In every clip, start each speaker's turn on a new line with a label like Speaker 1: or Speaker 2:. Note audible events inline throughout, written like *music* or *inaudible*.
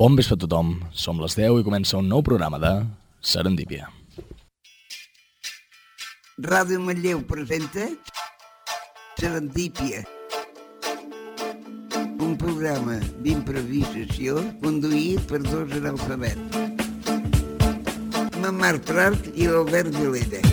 Speaker 1: Bon vespre a tothom, som les 10 i comença un nou programa de Serendípia.
Speaker 2: Ràdio Manlleu presenta Serendípia. Un programa d'improvisació conduït per dos analfabets. La Mar Prat i l'Albert Vilera.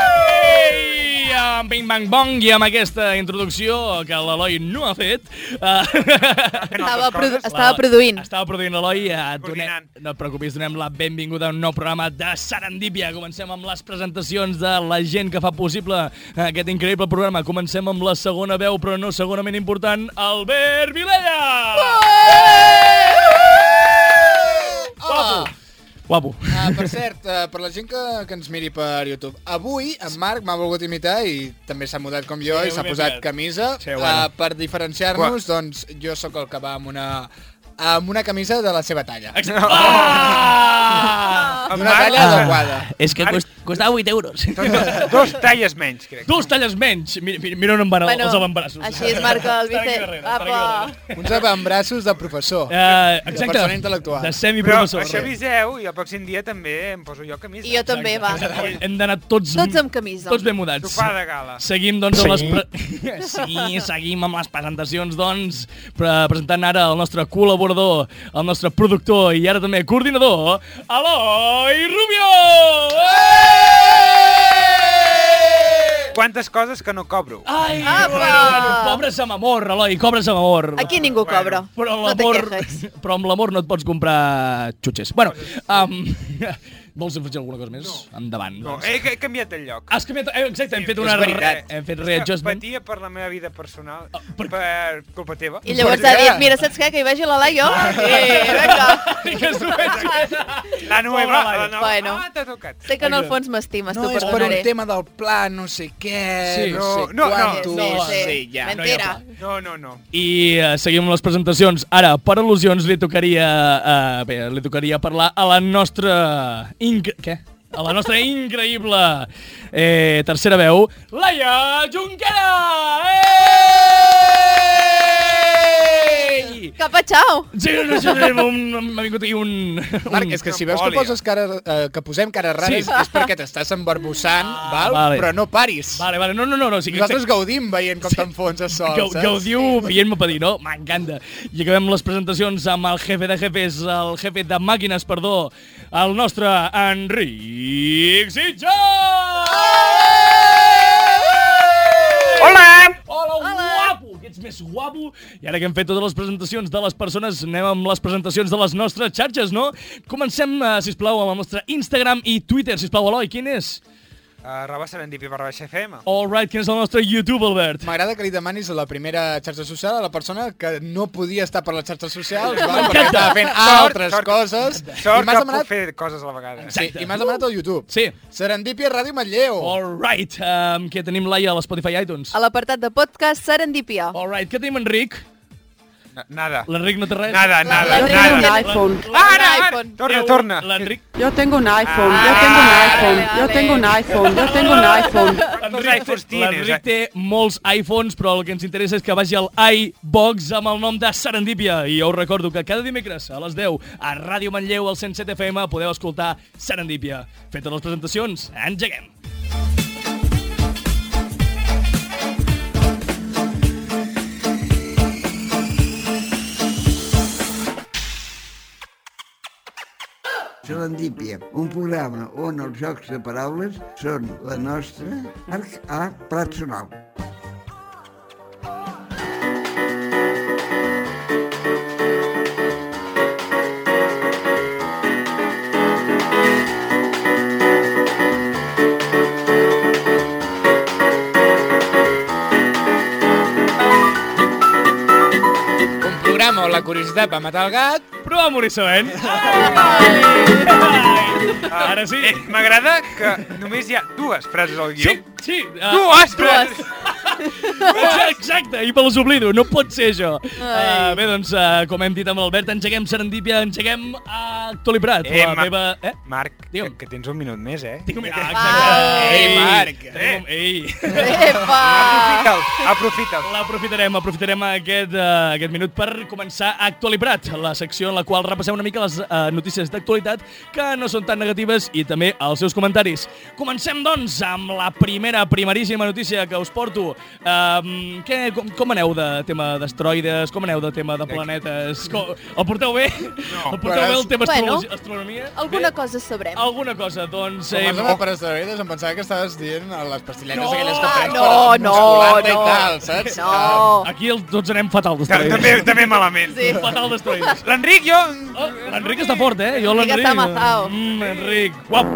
Speaker 1: Ei! Amb Bing Bang Bong i amb aquesta introducció que l'Eloi no ha fet... eh, *laughs*
Speaker 3: Estava, produ
Speaker 1: la-
Speaker 3: estava produint.
Speaker 1: Estava produint l'Eloi. eh, donem-
Speaker 4: Coordinant.
Speaker 1: No et preocupis, donem la benvinguda a un nou programa de Serendípia. Comencem amb les presentacions de la gent que fa possible eh, aquest increïble programa. Comencem amb la segona veu, però no segurament important, Albert Vilella! Guapo! Guapo.
Speaker 5: Ah, per cert, uh, per la gent que, que ens miri per YouTube, avui en Marc m'ha volgut imitar i també s'ha mudat com jo
Speaker 1: Sí,
Speaker 5: i s'ha
Speaker 1: avui m'he
Speaker 5: posat
Speaker 1: mirat.
Speaker 5: camisa.
Speaker 1: Sí, bueno.
Speaker 5: uh, per diferenciar-nos, doncs jo sóc el que va amb una, amb una camisa de la seva talla.
Speaker 1: Ah!
Speaker 4: En
Speaker 5: D'una
Speaker 4: Marc,
Speaker 5: talla adequada.
Speaker 1: És que cost, costava 8 euros.
Speaker 4: dos- dos talles menys, crec.
Speaker 1: Dos talles menys. Mira, mira, mira on em van bueno, els avantbraços.
Speaker 3: així es marca el
Speaker 1: Estan aquí
Speaker 3: Vicent.
Speaker 1: darrere, estan aquí
Speaker 3: Apa.
Speaker 1: darrere.
Speaker 5: Uns avantbraços de professor.
Speaker 1: Eh,
Speaker 5: De
Speaker 1: exacte.
Speaker 5: persona intel·lectual.
Speaker 1: De
Speaker 4: Però
Speaker 1: semiprofessor.
Speaker 4: això aviseu i el pròxim dia també em poso jo camisa.
Speaker 3: I jo també, va.
Speaker 1: Hem d'anar tots...
Speaker 3: Tots amb camisa.
Speaker 1: Tots ben mudats.
Speaker 4: Sopar de gala.
Speaker 1: Seguim, doncs, amb les... Pre... *laughs* Sí, seguim amb les presentacions, doncs, pre presentant ara el nostre col·laborador, el nostre productor i ara també coordinador, Eloi Rubió!
Speaker 4: Quantes coses que no cobro.
Speaker 3: Ah.
Speaker 1: Ai,
Speaker 3: Apa!
Speaker 1: bueno, bueno, pobres amb amor, Eloi, cobres amb amor.
Speaker 3: Aquí ningú cobra.
Speaker 1: Però amb
Speaker 3: no te
Speaker 1: l'amor... *laughs*
Speaker 3: quejes.
Speaker 1: però amb l'amor no et pots comprar xutxes. Bueno, um, *laughs* vols afegir alguna cosa més? No. Endavant. Doncs.
Speaker 4: No, he, he canviat el lloc.
Speaker 1: Has canviat... eh, Exacte, hem fet
Speaker 4: és
Speaker 1: una...
Speaker 5: veritat.
Speaker 1: Hem fet
Speaker 4: És que
Speaker 1: readjustment.
Speaker 4: Patia per la meva vida personal,
Speaker 1: per-
Speaker 4: per... per culpa teva.
Speaker 3: I llavors
Speaker 5: Per
Speaker 3: ha
Speaker 5: què?
Speaker 3: dit, mira, saps què? Que hi vagi l'Eloi jo.
Speaker 1: *laughs*
Speaker 3: Eh, vinga.
Speaker 1: I que es dues...
Speaker 4: La nueva,
Speaker 1: Pobre
Speaker 4: la
Speaker 1: Eloi.
Speaker 4: nova.
Speaker 3: Bueno.
Speaker 4: Ah, t'ha tocat.
Speaker 3: Sé que en el fons m'estimes,
Speaker 5: No
Speaker 3: t'ho
Speaker 5: és per un
Speaker 3: perdonaré.
Speaker 5: tema del pla, no sé què,
Speaker 1: Sí.
Speaker 5: no, sé
Speaker 4: No, no,
Speaker 5: quantos...
Speaker 3: Sí,
Speaker 1: No,
Speaker 3: sí,
Speaker 5: sí,
Speaker 1: No hi
Speaker 5: ja.
Speaker 1: ha
Speaker 3: Mentira.
Speaker 1: pla.
Speaker 4: No, no, no.
Speaker 1: I eh, seguim amb les presentacions. Ara, per al·lusions, li tocaria... Eh, bé, li tocaria parlar a la nostra... Incre... Què? A la nostra increïble eh, tercera veu, Laia Junquera! Ei!
Speaker 3: Capa, xau.
Speaker 1: Sí, no sé, m'ha vingut aquí un...
Speaker 5: Marc,
Speaker 1: un...
Speaker 5: és que si veus que,
Speaker 4: Monopòlia.
Speaker 5: poses cara, eh, que posem cares rares
Speaker 1: Sí.
Speaker 5: és perquè t'estàs embarbussant, val?
Speaker 1: vale.
Speaker 5: però no paris.
Speaker 1: Vale, vale, no, no, no, no sí, que-
Speaker 5: Ah, Nosaltres gaudim veient com t'enfonses sol,
Speaker 1: Gau,
Speaker 5: saps?
Speaker 1: gaudiu veient-me pedir, no? M'encanta. I acabem les presentacions amb el jefe de jefes, el jefe de màquines, perdó, el nostre Enric Sitja!
Speaker 4: Hola!
Speaker 1: Hola, guapo! Que ets més guapo! I ara que hem fet totes les presentacions de les persones, anem amb les presentacions de les nostres xarxes, no? Comencem, eh, sisplau, amb el nostre Instagram i Twitter. Sisplau, Eloi, quin és?
Speaker 4: Arroba serendipia barra baixa FM.
Speaker 1: All right, quin és el nostre YouTube, Albert?
Speaker 5: M'agrada que li demanis a la primera xarxa social a la persona que no podia estar per les xarxes socials, val? perquè estava fent altres
Speaker 4: sort-
Speaker 5: coses. I
Speaker 4: Sort que
Speaker 5: m'has
Speaker 4: puc
Speaker 5: demanat...
Speaker 4: fer coses a la vegada.
Speaker 5: Sí, I m'has demanat el YouTube.
Speaker 1: Sí.
Speaker 5: Serendipia Ràdio Matlleu.
Speaker 1: All right, um, què tenim, Laia, a l'Spotify iTunes?
Speaker 3: A l'apartat de podcast Serendipia.
Speaker 1: All right, què tenim, Enric?
Speaker 4: Na- Nada.
Speaker 1: L'Enric no té res?
Speaker 4: Nada, nada,
Speaker 3: L'Enric
Speaker 4: nada.
Speaker 3: no té
Speaker 6: iPhone.
Speaker 4: Ara, ara.
Speaker 3: iPhone.
Speaker 4: Torna,
Speaker 1: Déu,
Speaker 4: torna.
Speaker 1: L'Enric...
Speaker 6: Yo tengo un um iPhone, yo
Speaker 4: Ah,
Speaker 6: tengo un
Speaker 3: vale,
Speaker 6: iPhone, yo
Speaker 3: vale.
Speaker 6: tengo un iPhone, yo tengo un iPhone.
Speaker 4: Quantos
Speaker 1: l'Enric
Speaker 4: iPhones
Speaker 1: té-
Speaker 4: tienes? eh?
Speaker 1: L'Enric té molts iPhones, però el que ens interessa és que vagi al iBox amb el nom de Serendipia. I jo us recordo que cada dimecres a les 10 a Ràdio Manlleu, al 107 FM, podeu escoltar Serendipia. Fetes les presentacions, engeguem.
Speaker 2: Serendípia, un programa on els jocs de paraules són la nostra arc a plat sonor.
Speaker 5: Un programa on la curiositat va matar el gat.
Speaker 1: Però va morir sabent.
Speaker 4: Ah,
Speaker 1: Ara sí.
Speaker 4: M'agrada que només hi ha dues frases al guió.
Speaker 1: Sí, sí. Uh,
Speaker 4: Dues frases!
Speaker 1: Exacte, i me les oblido, no pot ser això. Uh, bé, doncs, uh, com hem dit amb l'Albert, engeguem Serendípia, engeguem a Toli Prat,
Speaker 4: Eh,
Speaker 1: la
Speaker 4: ma-
Speaker 1: meva... Eh?
Speaker 4: Marc, que,
Speaker 1: Digue'm.
Speaker 4: que tens un minut més, eh?
Speaker 1: Tinc un... Ah,
Speaker 3: Ah.
Speaker 1: exacte.
Speaker 5: Ei, Marc. eh?
Speaker 1: Tenim- Ei.
Speaker 3: Epa!
Speaker 4: Aprofita'l,
Speaker 1: Ah.
Speaker 4: aprofita'l.
Speaker 1: L'aprofitarem, aprofitarem aquest, uh, aquest minut per començar Actualibrat, la secció en la qual repassem una mica les uh, notícies d'actualitat que no són tan negatives i també els seus comentaris. Comencem, doncs, amb la primera, primeríssima notícia que us porto. Um, què, com, com aneu de tema d'asteroides? Com aneu de tema de planetes? Com, el porteu bé? No, el porteu bé el tema
Speaker 3: Bueno.
Speaker 1: astrologi- astronomia?
Speaker 3: Alguna
Speaker 1: Bé?
Speaker 3: cosa sabrem.
Speaker 1: Alguna cosa, doncs...
Speaker 5: Com
Speaker 1: eh,
Speaker 5: has anat per esteroides, em pensava que estaves dient a les pastilletes
Speaker 1: No,
Speaker 5: aquelles que
Speaker 1: ah,
Speaker 5: prens
Speaker 3: no,
Speaker 5: per
Speaker 3: no,
Speaker 5: muscular-te
Speaker 3: no.
Speaker 5: i tal, saps? Ah,
Speaker 3: No.
Speaker 1: Aquí el, tots anem fatal d'asteroides.
Speaker 4: També, també malament.
Speaker 3: Sí.
Speaker 1: Fatal d'asteroides.
Speaker 4: L'Enric, jo...
Speaker 1: Oh, L'Enric està fort, eh? Jo
Speaker 3: L'Enric
Speaker 1: l'Enric...
Speaker 3: està mazao.
Speaker 1: Mm, Enric, guap.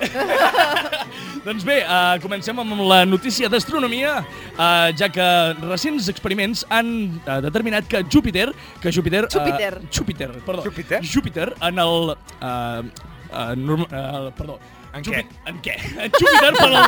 Speaker 1: *laughs* doncs bé, uh, comencem amb la notícia d'astronomia, uh, ja que recents experiments han uh, determinat que Júpiter... Que Júpiter... eh,
Speaker 3: Júpiter.
Speaker 1: Júpiter, perdó.
Speaker 4: Júpiter?
Speaker 1: Júpiter en el... Uh, Uh, norm, uh, perdó.
Speaker 4: En
Speaker 1: Júpit- En què? *laughs* Júpiter per, als,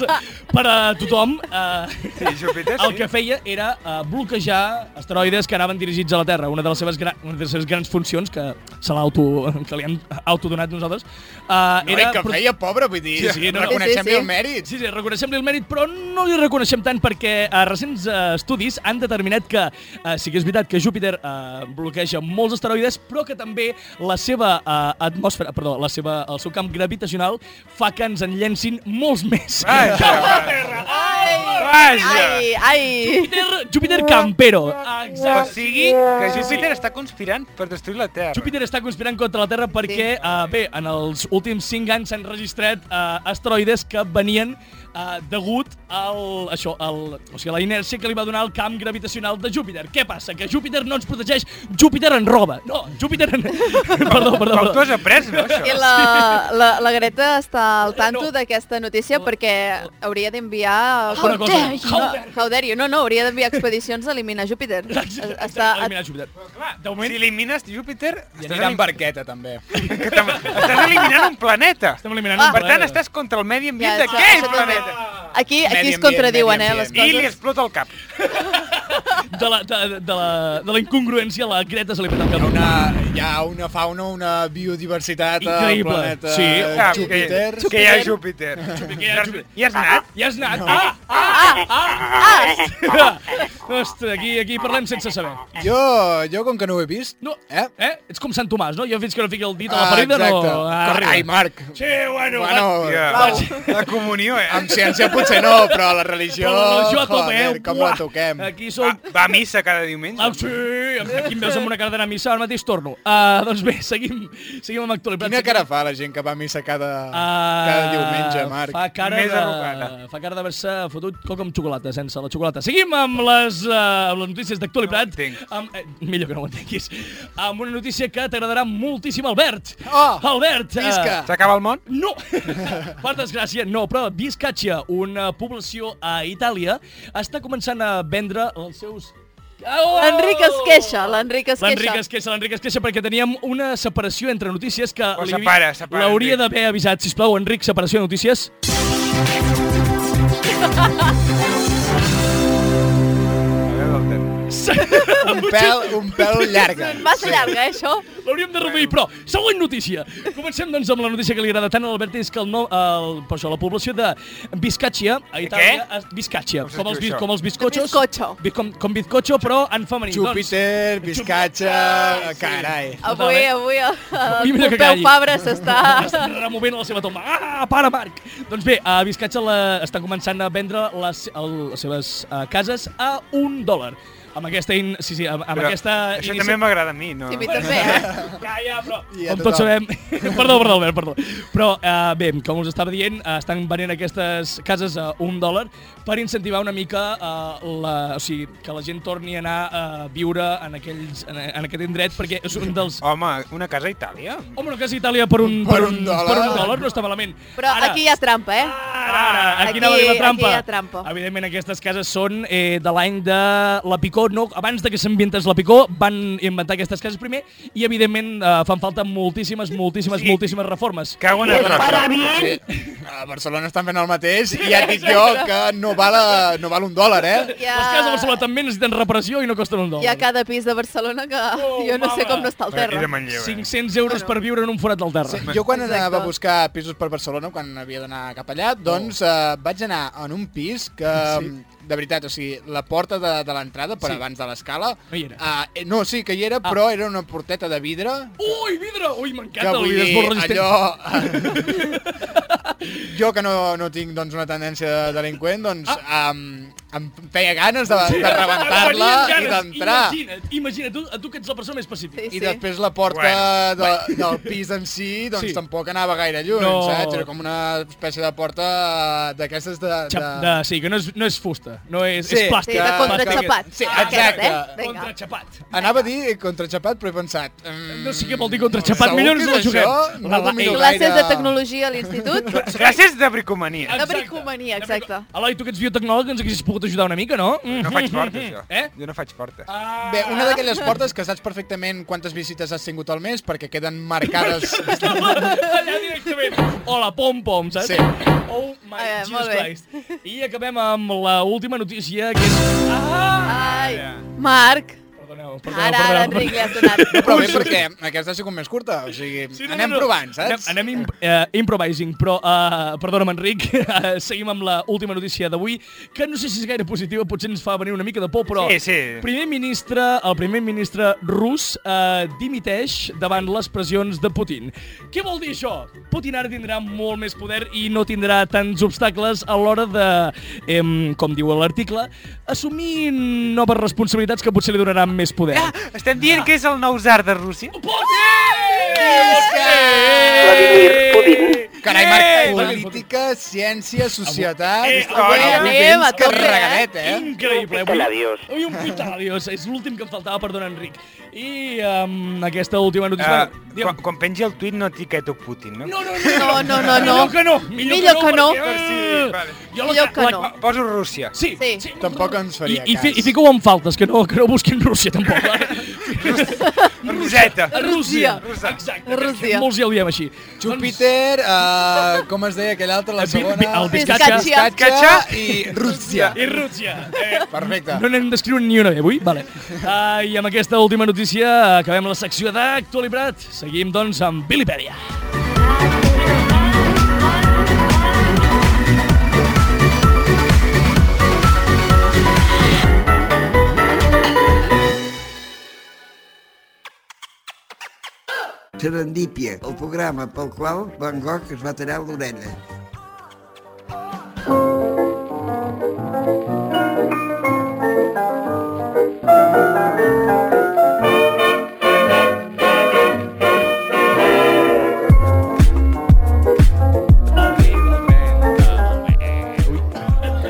Speaker 1: per a tothom. Uh,
Speaker 4: *laughs* Sí,
Speaker 5: Ah,
Speaker 4: Júpiter,
Speaker 1: el
Speaker 4: sí.
Speaker 1: que feia era eh, bloquejar asteroides que anaven dirigits a la Terra. Una de les seves, gra una de les seves grans funcions, que, se l'ha auto, que li han autodonat nosaltres, uh,
Speaker 5: No, i que el feia pobre, vull dir,
Speaker 1: Sí, sí, no, no.
Speaker 5: reconeixem-li
Speaker 3: Sí, sí.
Speaker 5: el mèrit.
Speaker 1: Sí, sí, reconeixem-li el mèrit, però no li reconeixem tant perquè eh, recents eh, estudis han determinat que eh, sí que és veritat que Júpiter eh, bloqueja molts asteroides, però que també la seva eh, atmosfera, perdó, la seva, el seu camp gravitacional fa que ens en llencin molts més.
Speaker 4: Ah, Vaja!
Speaker 3: Ai, ai.
Speaker 1: Júpiter, Júpiter Campero.
Speaker 4: O
Speaker 1: Exacte.
Speaker 4: sigui, que Júpiter està conspirant per destruir la Terra.
Speaker 1: Júpiter està conspirant contra la Terra perquè, sí. uh, bé, en els últims 5 anys s'han registrat uh, asteroides que venien uh, degut al, això, al, o sigui, a la inèrcia que li va donar el camp gravitacional de Júpiter. Què passa? Que Júpiter no ens protegeix, Júpiter en roba. No, Júpiter en... perdó, perdó,
Speaker 4: Com
Speaker 1: perdó.
Speaker 4: tu has après, no,
Speaker 3: I
Speaker 4: això?
Speaker 3: la, la, la Greta està al tanto
Speaker 1: Eh, No.
Speaker 3: d'aquesta notícia perquè hauria d'enviar...
Speaker 1: Alguna cosa.
Speaker 3: No,
Speaker 1: How dare-
Speaker 3: how dare you. No, no, hauria d'enviar expedicions a eliminar
Speaker 1: *laughs*
Speaker 3: Júpiter. Està...
Speaker 1: Eliminar Júpiter. De
Speaker 4: Si
Speaker 1: moment,
Speaker 4: elimines Júpiter,
Speaker 5: I
Speaker 4: estàs,
Speaker 5: anirà
Speaker 4: elim...
Speaker 5: amb barqueta, també.
Speaker 4: *laughs* que t'em- estàs eliminant un planeta.
Speaker 1: estem eliminant
Speaker 3: Ah.
Speaker 1: un
Speaker 4: Per tant,
Speaker 1: planeta.
Speaker 4: estàs contra el medi ambient
Speaker 3: Ja, això-
Speaker 4: d'aquell
Speaker 3: això també.
Speaker 4: planeta.
Speaker 3: Aquí, aquí
Speaker 5: Medi
Speaker 3: es
Speaker 5: ambient,
Speaker 3: contradiuen,
Speaker 5: medi
Speaker 3: eh, les
Speaker 5: ambient.
Speaker 1: Doncs-
Speaker 4: I li
Speaker 3: coses.
Speaker 4: explota el cap.
Speaker 1: De la, de, de, la, de la incongruència, la Greta se li peta el
Speaker 5: Hi
Speaker 1: cap.
Speaker 5: ha una, hi ha una fauna, una biodiversitat
Speaker 1: Increïble.
Speaker 5: al planeta
Speaker 1: Sí.
Speaker 4: Ah, que-
Speaker 5: Júpiter.
Speaker 4: Que hi ha Júpiter.
Speaker 1: hi ha Júpiter.
Speaker 4: Hi has anat?
Speaker 1: Ja has anat. Ah, ah, ah, ah, ah. *laughs* Ostres, aquí, aquí parlem sense saber.
Speaker 5: Jo, jo, com que no ho he vist...
Speaker 1: No, eh?
Speaker 5: Eh?
Speaker 1: eh? Ets com Sant Tomàs, no? Jo fins que no fiqui el dit a la
Speaker 5: Ah,
Speaker 1: ferida no...
Speaker 5: exacte.
Speaker 1: arriba.
Speaker 5: Ai, Marc.
Speaker 1: Sí, bueno, bueno.
Speaker 5: Bueno,
Speaker 4: Ja. La comunió, eh?
Speaker 5: amb ciència potser no, però la religió...
Speaker 1: Però la religió a tope,
Speaker 5: joder,
Speaker 1: eh?
Speaker 5: com
Speaker 1: Buah.
Speaker 5: la toquem. Ah.
Speaker 1: Aquí
Speaker 4: Va,
Speaker 1: som...
Speaker 4: va a missa cada diumenge.
Speaker 1: Ah, sí, aquí em veus amb una cara d'anar a missa, ara mateix torno. Uh, doncs bé, seguim, seguim amb actualitat.
Speaker 5: Quina cara fa la gent que va a missa cada, cada diumenge, Marc?
Speaker 1: Ah, Fa cara
Speaker 4: Més
Speaker 1: de...
Speaker 4: arrugada.
Speaker 1: Fa cara d'haver-se fotut coca amb xocolata, sense la xocolata. Seguim amb les, uh, amb les notícies d'actual i
Speaker 4: No ho
Speaker 1: Prat.
Speaker 4: entenc.
Speaker 1: Amb, eh, millor que no ho entenguis. Amb una notícia que t'agradarà moltíssim, Albert.
Speaker 5: Oh,
Speaker 1: Albert! eh,
Speaker 5: visca.
Speaker 4: S'acaba el món?
Speaker 1: No! *laughs* per desgràcia, no, però Biscaccia, una població a Itàlia, està començant a vendre els seus... Oh!
Speaker 3: L'Enric es queixa, l'Enric es
Speaker 1: L'Enric
Speaker 3: queixa.
Speaker 1: es queixa, l'Enric es queixa perquè teníem una separació entre notícies que
Speaker 4: Però
Speaker 1: li-
Speaker 4: separa, separa,
Speaker 1: l'hauria
Speaker 4: Enric.
Speaker 1: d'haver avisat. Sisplau, Enric, separació de notícies.
Speaker 4: A veure, el temps.
Speaker 5: Un pèl, un pèl llarga.
Speaker 3: Massa llarga, eh, això?
Speaker 1: L'hauríem de reduir, però, següent notícia. Comencem, doncs, amb la notícia que li agrada tant a l'Albert, és que el no, el, per això, la població de Biscaccia, a Itàlia... Què? Biscaccia,
Speaker 4: Com
Speaker 1: com els, bis,
Speaker 4: s'escriu això?
Speaker 1: com els bizcochos.
Speaker 3: Bizcocho.
Speaker 1: Vi- Com, com bizcocho, però en femení. doncs.
Speaker 5: Júpiter,
Speaker 1: Ah,
Speaker 5: Biscatxa...
Speaker 1: sí.
Speaker 5: Carai.
Speaker 1: Total,
Speaker 3: Avui,
Speaker 1: eh?
Speaker 3: avui, el
Speaker 1: Avui millor que
Speaker 3: Pompeu
Speaker 1: calli.
Speaker 3: Fabra
Speaker 1: *laughs*
Speaker 3: s'està...
Speaker 1: Estan removent la seva tomba. Ah, para, Marc! Doncs bé, a Biscatxa la, estan començant a vendre les, el, les seves uh, cases a un dòlar. Amb aquesta... In, sí, sí, amb, amb
Speaker 4: Però
Speaker 1: aquesta...
Speaker 4: Això també m'agrada a mi, no?
Speaker 3: Sí, mi també, eh?
Speaker 1: Ja, ja, però...
Speaker 5: I a
Speaker 1: Com tots
Speaker 5: tothom.
Speaker 1: sabem... *laughs* perdó, perdó, Albert, perdó. Però, eh, bé, com us estava dient, eh, estan venent aquestes cases a un dòlar per incentivar una mica eh, la, o sigui, que la gent torni a anar a viure en, aquells, en, en aquest indret, perquè és un dels...
Speaker 4: Home, una casa a Itàlia?
Speaker 1: Home, no, que és Itàlia per un,
Speaker 5: Per un dòlar.
Speaker 1: per un dòlar no està malament.
Speaker 3: Però
Speaker 1: Ara,
Speaker 3: aquí hi ha trampa, eh?
Speaker 1: Ah, Ara, ara, aquí,
Speaker 3: Aquí-
Speaker 1: anava a dir la trampa.
Speaker 3: aquí hi ha trampa.
Speaker 1: Evidentment, aquestes cases són eh, de l'any de la Picó. No, abans de que s'inventés la Picó, van inventar aquestes cases primer i, evidentment, eh, fan falta moltíssimes, moltíssimes,
Speaker 4: Sí.
Speaker 1: moltíssimes reformes.
Speaker 4: Cago en el
Speaker 6: Para
Speaker 4: rostre.
Speaker 6: bien,
Speaker 5: A Barcelona estan fent el mateix i ja et dic jo que no val, a, no val un dòlar, eh?
Speaker 3: Hi ha,
Speaker 1: Les cases de Barcelona també necessiten reparació i no costen un
Speaker 3: hi ha
Speaker 1: dòlar.
Speaker 3: cada pis de Barcelona que
Speaker 1: Oh,
Speaker 3: *laughs* jo no sé
Speaker 1: mama.
Speaker 3: com no està al
Speaker 4: Aquí de
Speaker 3: terra.
Speaker 4: Manlleu, eh?
Speaker 1: 500 euros
Speaker 3: Bueno.
Speaker 1: per viure en un forat del terra.
Speaker 5: Jo quan
Speaker 3: Exacte.
Speaker 5: anava a buscar pisos per Barcelona, quan havia d'anar cap allà,
Speaker 1: Oh.
Speaker 5: doncs eh, vaig anar en un pis que, mm, de veritat, o sigui, la porta de, de l'entrada, per
Speaker 1: Sí.
Speaker 5: abans de l'escala...
Speaker 1: No hi era. Ah.
Speaker 5: eh, no, sí que hi era, però era una porteta de vidre
Speaker 1: Ui, vidre! Ui,
Speaker 5: que
Speaker 1: m'encanta, el
Speaker 5: vull
Speaker 1: vidre és molt
Speaker 5: dir,
Speaker 1: resistent. *laughs*
Speaker 5: allò... jo que no, no tinc doncs, una tendència de delinqüent, doncs
Speaker 1: Ah.
Speaker 5: em, em feia ganes de, de rebentar-la
Speaker 1: Et venien
Speaker 5: i
Speaker 1: ganes,
Speaker 5: d'entrar.
Speaker 1: Imagina't, imagina't, tu, tu que ets la persona més pacífica.
Speaker 3: Sí,
Speaker 5: I
Speaker 3: sí.
Speaker 5: després la porta
Speaker 4: Bueno,
Speaker 5: de, del pis en si doncs
Speaker 1: Sí.
Speaker 5: sí. tampoc anava gaire lluny,
Speaker 1: No.
Speaker 5: saps? Era com una espècie de porta eh, d'aquestes de...
Speaker 1: Xap, de... sí, que no és, no és fusta, no és,
Speaker 5: Sí,
Speaker 1: és plàstic.
Speaker 3: Sí, de contraxapat.
Speaker 5: Sí,
Speaker 3: Ah,
Speaker 5: exacte.
Speaker 3: aquest, eh? Vinga.
Speaker 1: Contraxapat.
Speaker 5: Anava a dir contraxapat, però he pensat... Mm,
Speaker 1: No sé què vol dir contraxapat,
Speaker 5: segur
Speaker 1: millor
Speaker 5: que
Speaker 1: ens la
Speaker 5: és
Speaker 1: juguem.
Speaker 5: això? No
Speaker 1: La- la-
Speaker 5: domino
Speaker 1: ei,
Speaker 3: Classes de
Speaker 5: gaire.
Speaker 3: tecnologia a l'institut.
Speaker 4: Gràcies de
Speaker 1: Ah,
Speaker 4: bricomania.
Speaker 3: De bricomania, exacte.
Speaker 1: Eloi, tu que ets biotecnòleg ens hauries pogut ajudar una mica, no? Mm.
Speaker 4: No faig porta, això.
Speaker 1: Eh?
Speaker 4: Jo no faig porta.
Speaker 1: Ah,
Speaker 5: Bé, una d'aquelles portes que saps perfectament quantes visites has tingut al mes perquè queden
Speaker 1: *laughs*
Speaker 5: marcades...
Speaker 1: *laughs* Allà directament. Hola, pom-pom, saps?
Speaker 5: Sí.
Speaker 1: Oh my
Speaker 3: Eh,
Speaker 1: Jesus
Speaker 3: molt bé.
Speaker 1: Christ. I acabem amb la última notícia, que és... *laughs* Ah!
Speaker 3: Ai, Marc,
Speaker 1: Perdoneu, perdoneu,
Speaker 3: ara, ara,
Speaker 1: perdoneu.
Speaker 3: Enric, li has
Speaker 5: *laughs*
Speaker 3: donat.
Speaker 5: Però bé, perquè aquesta ha sigut més curta, o sigui,
Speaker 1: Sí, no,
Speaker 5: anem
Speaker 1: no, no.
Speaker 5: provant, saps?
Speaker 1: Anem, anem imp eh, improvising, però, eh, perdona'm, Enric, *laughs* eh, seguim amb la última notícia d'avui, que no sé si és gaire positiva, potser ens fa venir una mica de por, però...
Speaker 4: Sí, sí.
Speaker 1: Primer ministre, el primer ministre rus eh, dimiteix davant les pressions de Putin. Què vol dir això? Putin ara tindrà molt més poder i no tindrà tants obstacles a l'hora de, eh, com diu l'article, assumir noves responsabilitats que potser li donaran més poder. Ah!
Speaker 4: Estem dient que és el nou zar de Rússia?
Speaker 1: Vladimir Putin.
Speaker 5: Carai, Marc, política, ciència, societat...
Speaker 1: Eh,
Speaker 4: història,
Speaker 5: avui
Speaker 3: anem a
Speaker 5: vens
Speaker 3: tope, eh?
Speaker 5: carregadet, eh?
Speaker 1: Increïble. Avui, avui un pital adiós. És l'últim que em faltava per donar Enric. I um, aquesta última
Speaker 5: Ah,
Speaker 1: notícia...
Speaker 4: Uh,
Speaker 1: Uh,
Speaker 4: quan, quan pengi el tuit no etiqueto Putin, no?
Speaker 1: No, no,
Speaker 3: No,
Speaker 1: no,
Speaker 3: no, no, no.
Speaker 1: Millor que no.
Speaker 3: Millor que no.
Speaker 1: perquè-
Speaker 4: Per si- vale.
Speaker 1: Jo la-
Speaker 3: Millor que
Speaker 1: la-
Speaker 3: no.
Speaker 4: Po- Poso Rússia.
Speaker 1: Sí, sí.
Speaker 3: Sí.
Speaker 5: Tampoc ens
Speaker 1: I,
Speaker 5: faria
Speaker 1: i, fi,
Speaker 5: cas.
Speaker 1: I fico en faltes, que no, que no busquin Rússia, tampoc. Ara.
Speaker 4: Roseta.
Speaker 1: Rússia.
Speaker 4: Rússia.
Speaker 1: Exacte.
Speaker 3: Rússia.
Speaker 1: Molts ja ho diem així.
Speaker 5: Júpiter, uh, com es deia aquell altre, la
Speaker 1: Bi- bi-
Speaker 5: segona...
Speaker 1: Doncs, el
Speaker 3: Vizcatxa.
Speaker 1: Vizcatxa.
Speaker 5: Catxa i Rússia.
Speaker 1: I Rússia. Eh,
Speaker 5: Perfecte.
Speaker 1: No n'hem d'escriure ni una, eh, avui? Vale. Uh, I amb aquesta última notícia acabem la secció d'actualitat. Seguim, doncs, amb Bilipèdia.
Speaker 2: Serendípia, el programa pel qual Van Gogh es va tallar l'orella.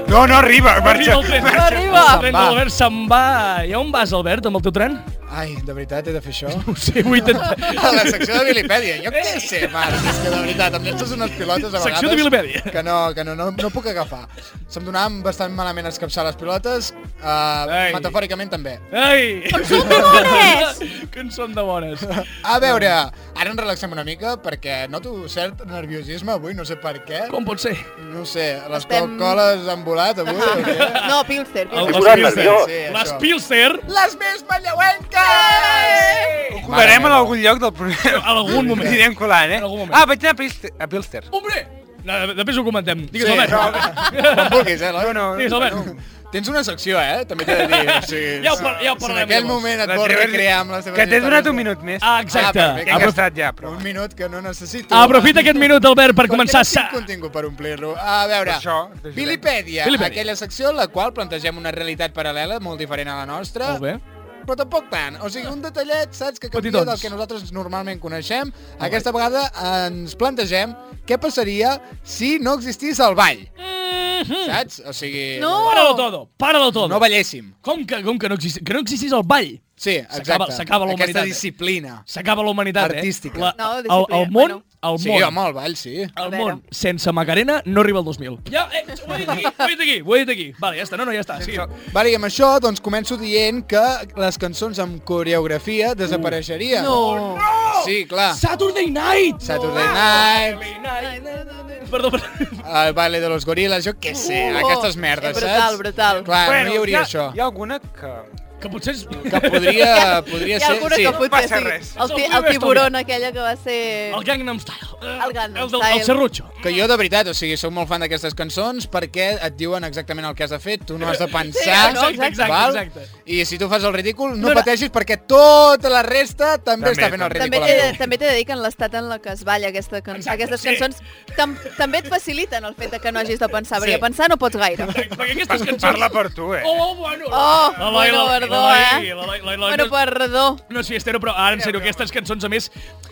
Speaker 4: No, no arriba, marxa.
Speaker 1: Arriba el tren.
Speaker 3: Arriba.
Speaker 1: El tren de l'Albert se'n va. I on vas, Albert, amb el teu tren?
Speaker 5: Ai, de veritat he de fer això?
Speaker 1: No ho sé, vull intentar...
Speaker 5: A la secció de Vilipèdia, jo què sé, Marc, és que de veritat, em llences unes pilotes a vegades...
Speaker 1: Secció de Vilipèdia.
Speaker 5: Que no, que no, no, no puc agafar. Se'm donaven bastant malament escapçar les pilotes, uh,
Speaker 1: Ai.
Speaker 5: metafòricament també.
Speaker 1: Ai!
Speaker 3: Són de bones!
Speaker 1: *laughs* Que en són de bones.
Speaker 5: A veure, ara ens relaxem una mica perquè noto cert nerviosisme avui, no sé per què.
Speaker 1: Com pot ser?
Speaker 5: No sé, les
Speaker 3: Estem-
Speaker 5: Coca-Coles han volat avui o què?
Speaker 3: No, Pilster,
Speaker 1: El-
Speaker 3: Pilster.
Speaker 1: les Pilster.
Speaker 5: Sí, això.
Speaker 1: Les Pilster,
Speaker 5: Les més manlleuenques!
Speaker 4: Ho colarem en algun lloc del programa.
Speaker 1: en algun moment.
Speaker 4: Anirem colant, eh?
Speaker 1: En algun moment.
Speaker 4: Ah, vaig anar a Pilster. A Pilster.
Speaker 1: Hombre! No, de- després ho comentem. Digues,
Speaker 5: Sí,
Speaker 1: Albert.
Speaker 5: no, quan vulguis, eh, Eloi?
Speaker 4: no,
Speaker 1: Digues, Albert.
Speaker 5: Tens una secció, eh? També t'he de dir. O sigui,
Speaker 1: Ja ho par- ja ho
Speaker 5: si
Speaker 1: parlarem,
Speaker 5: En aquell
Speaker 1: llavors.
Speaker 5: moment et
Speaker 4: Les
Speaker 5: vols
Speaker 4: teves-
Speaker 5: recrear amb les teves...
Speaker 4: Que t'he donat
Speaker 5: històries.
Speaker 4: un minut més.
Speaker 1: Ah, exacte.
Speaker 5: Ah, perfecte.
Speaker 4: Que he
Speaker 1: Apro-
Speaker 4: gastat ja, però...
Speaker 5: Un minut que no necessito.
Speaker 1: Aprofita aquest minut, Albert, per
Speaker 5: Perquè
Speaker 1: començar...
Speaker 5: No
Speaker 1: sa-
Speaker 5: tinc contingut per omplir-lo. A veure,
Speaker 4: Per això t'ajudem.
Speaker 5: Vilipèdia,
Speaker 1: Vilipèdia.
Speaker 5: aquella secció en la qual plantegem una realitat paral·lela molt diferent a la nostra.
Speaker 1: Molt bé.
Speaker 5: Però tampoc tant. O sigui, un detallet, saps, que canvia
Speaker 1: Petitons.
Speaker 5: del que nosaltres normalment coneixem. Aquesta vegada ens plantegem què passaria si no existís el ball. Saps? O sigui...
Speaker 3: Mm. No.
Speaker 1: Páralo Mhm. todo, páralo todo.
Speaker 5: No balléssim.
Speaker 1: Com que, com que no existís, que no existís el ball?
Speaker 5: Sí,
Speaker 1: S'acaba-
Speaker 5: exacte.
Speaker 1: s'acaba la
Speaker 5: Aquesta
Speaker 1: humanitat, eh?
Speaker 5: disciplina.
Speaker 1: S'acaba la humanitat,
Speaker 5: Artística.
Speaker 1: eh? La,
Speaker 3: No,
Speaker 1: el,
Speaker 3: disciplina,
Speaker 1: el món
Speaker 3: bueno.
Speaker 1: al
Speaker 5: Sí,
Speaker 1: món.
Speaker 5: home, el ball, sí.
Speaker 1: El
Speaker 3: veure.
Speaker 1: món sense Macarena no arriba al 2000. Ja, eh, ho he dit aquí, ho he dit aquí, ho he dit aquí. Vale, ja està, no, no, ja està. Sí.
Speaker 5: Vale, i amb això, doncs, començo dient que les cançons amb coreografia
Speaker 1: Uh.
Speaker 5: desapareixerien.
Speaker 3: No.
Speaker 5: Sí, clar.
Speaker 1: Saturday Night!
Speaker 5: Saturday Night,
Speaker 1: Perdó, perdó.
Speaker 5: el baile de los gorilas, jo què sé,
Speaker 3: Uh,
Speaker 5: aquestes merdes,
Speaker 3: eh, brutal,
Speaker 5: saps?
Speaker 3: brutal.
Speaker 5: Clar,
Speaker 4: Bueno,
Speaker 5: Ah, no hi hauria
Speaker 4: ha,
Speaker 5: això.
Speaker 4: Hi ha alguna que...
Speaker 1: Que potser és...
Speaker 5: Que podria,
Speaker 3: Hi
Speaker 5: podria
Speaker 3: ha
Speaker 5: ser...
Speaker 3: alguna
Speaker 5: sí.
Speaker 3: que potser
Speaker 4: passa
Speaker 3: sigui
Speaker 4: res.
Speaker 3: el, ti el tiburón aquella que va ser...
Speaker 1: El Gangnam Style. Eh,
Speaker 3: El Gangnam
Speaker 1: del-
Speaker 3: Style.
Speaker 1: El Serrucho.
Speaker 5: Que jo, de veritat, o sigui, sóc molt fan d'aquestes cançons perquè et diuen exactament el que has de fer, tu no has de pensar,
Speaker 3: no, exacte,
Speaker 1: exacte,
Speaker 5: val?
Speaker 1: exacte.
Speaker 5: I si tu fas el ridícul, no,
Speaker 1: No, no.
Speaker 5: pateixis perquè tota la resta també,
Speaker 4: També,
Speaker 5: està fent el
Speaker 4: també.
Speaker 5: ridícul.
Speaker 3: També
Speaker 5: amb
Speaker 3: t'he de,
Speaker 5: tu.
Speaker 3: també t'he de dir que en l'estat en la que es balla aquesta can
Speaker 1: Exacte,
Speaker 3: aquestes
Speaker 1: sí.
Speaker 3: cançons tam també et faciliten el fet de que no hagis de pensar, perquè
Speaker 5: Sí.
Speaker 3: pensar no pots gaire.
Speaker 1: Perquè aquestes cançons...
Speaker 4: Parla per tu, eh?
Speaker 1: Oh, bueno.
Speaker 3: Oh,
Speaker 1: L'Eloi, l'Eloi,
Speaker 3: bueno, perdó,
Speaker 1: l'Eloi,
Speaker 3: eh?
Speaker 1: l'Eloi, l'Eloi, l'Eloi,
Speaker 3: Bueno,
Speaker 1: no-
Speaker 3: perdó.
Speaker 1: No, sí, Estero, però ara, en sèrio, aquestes cançons, a més,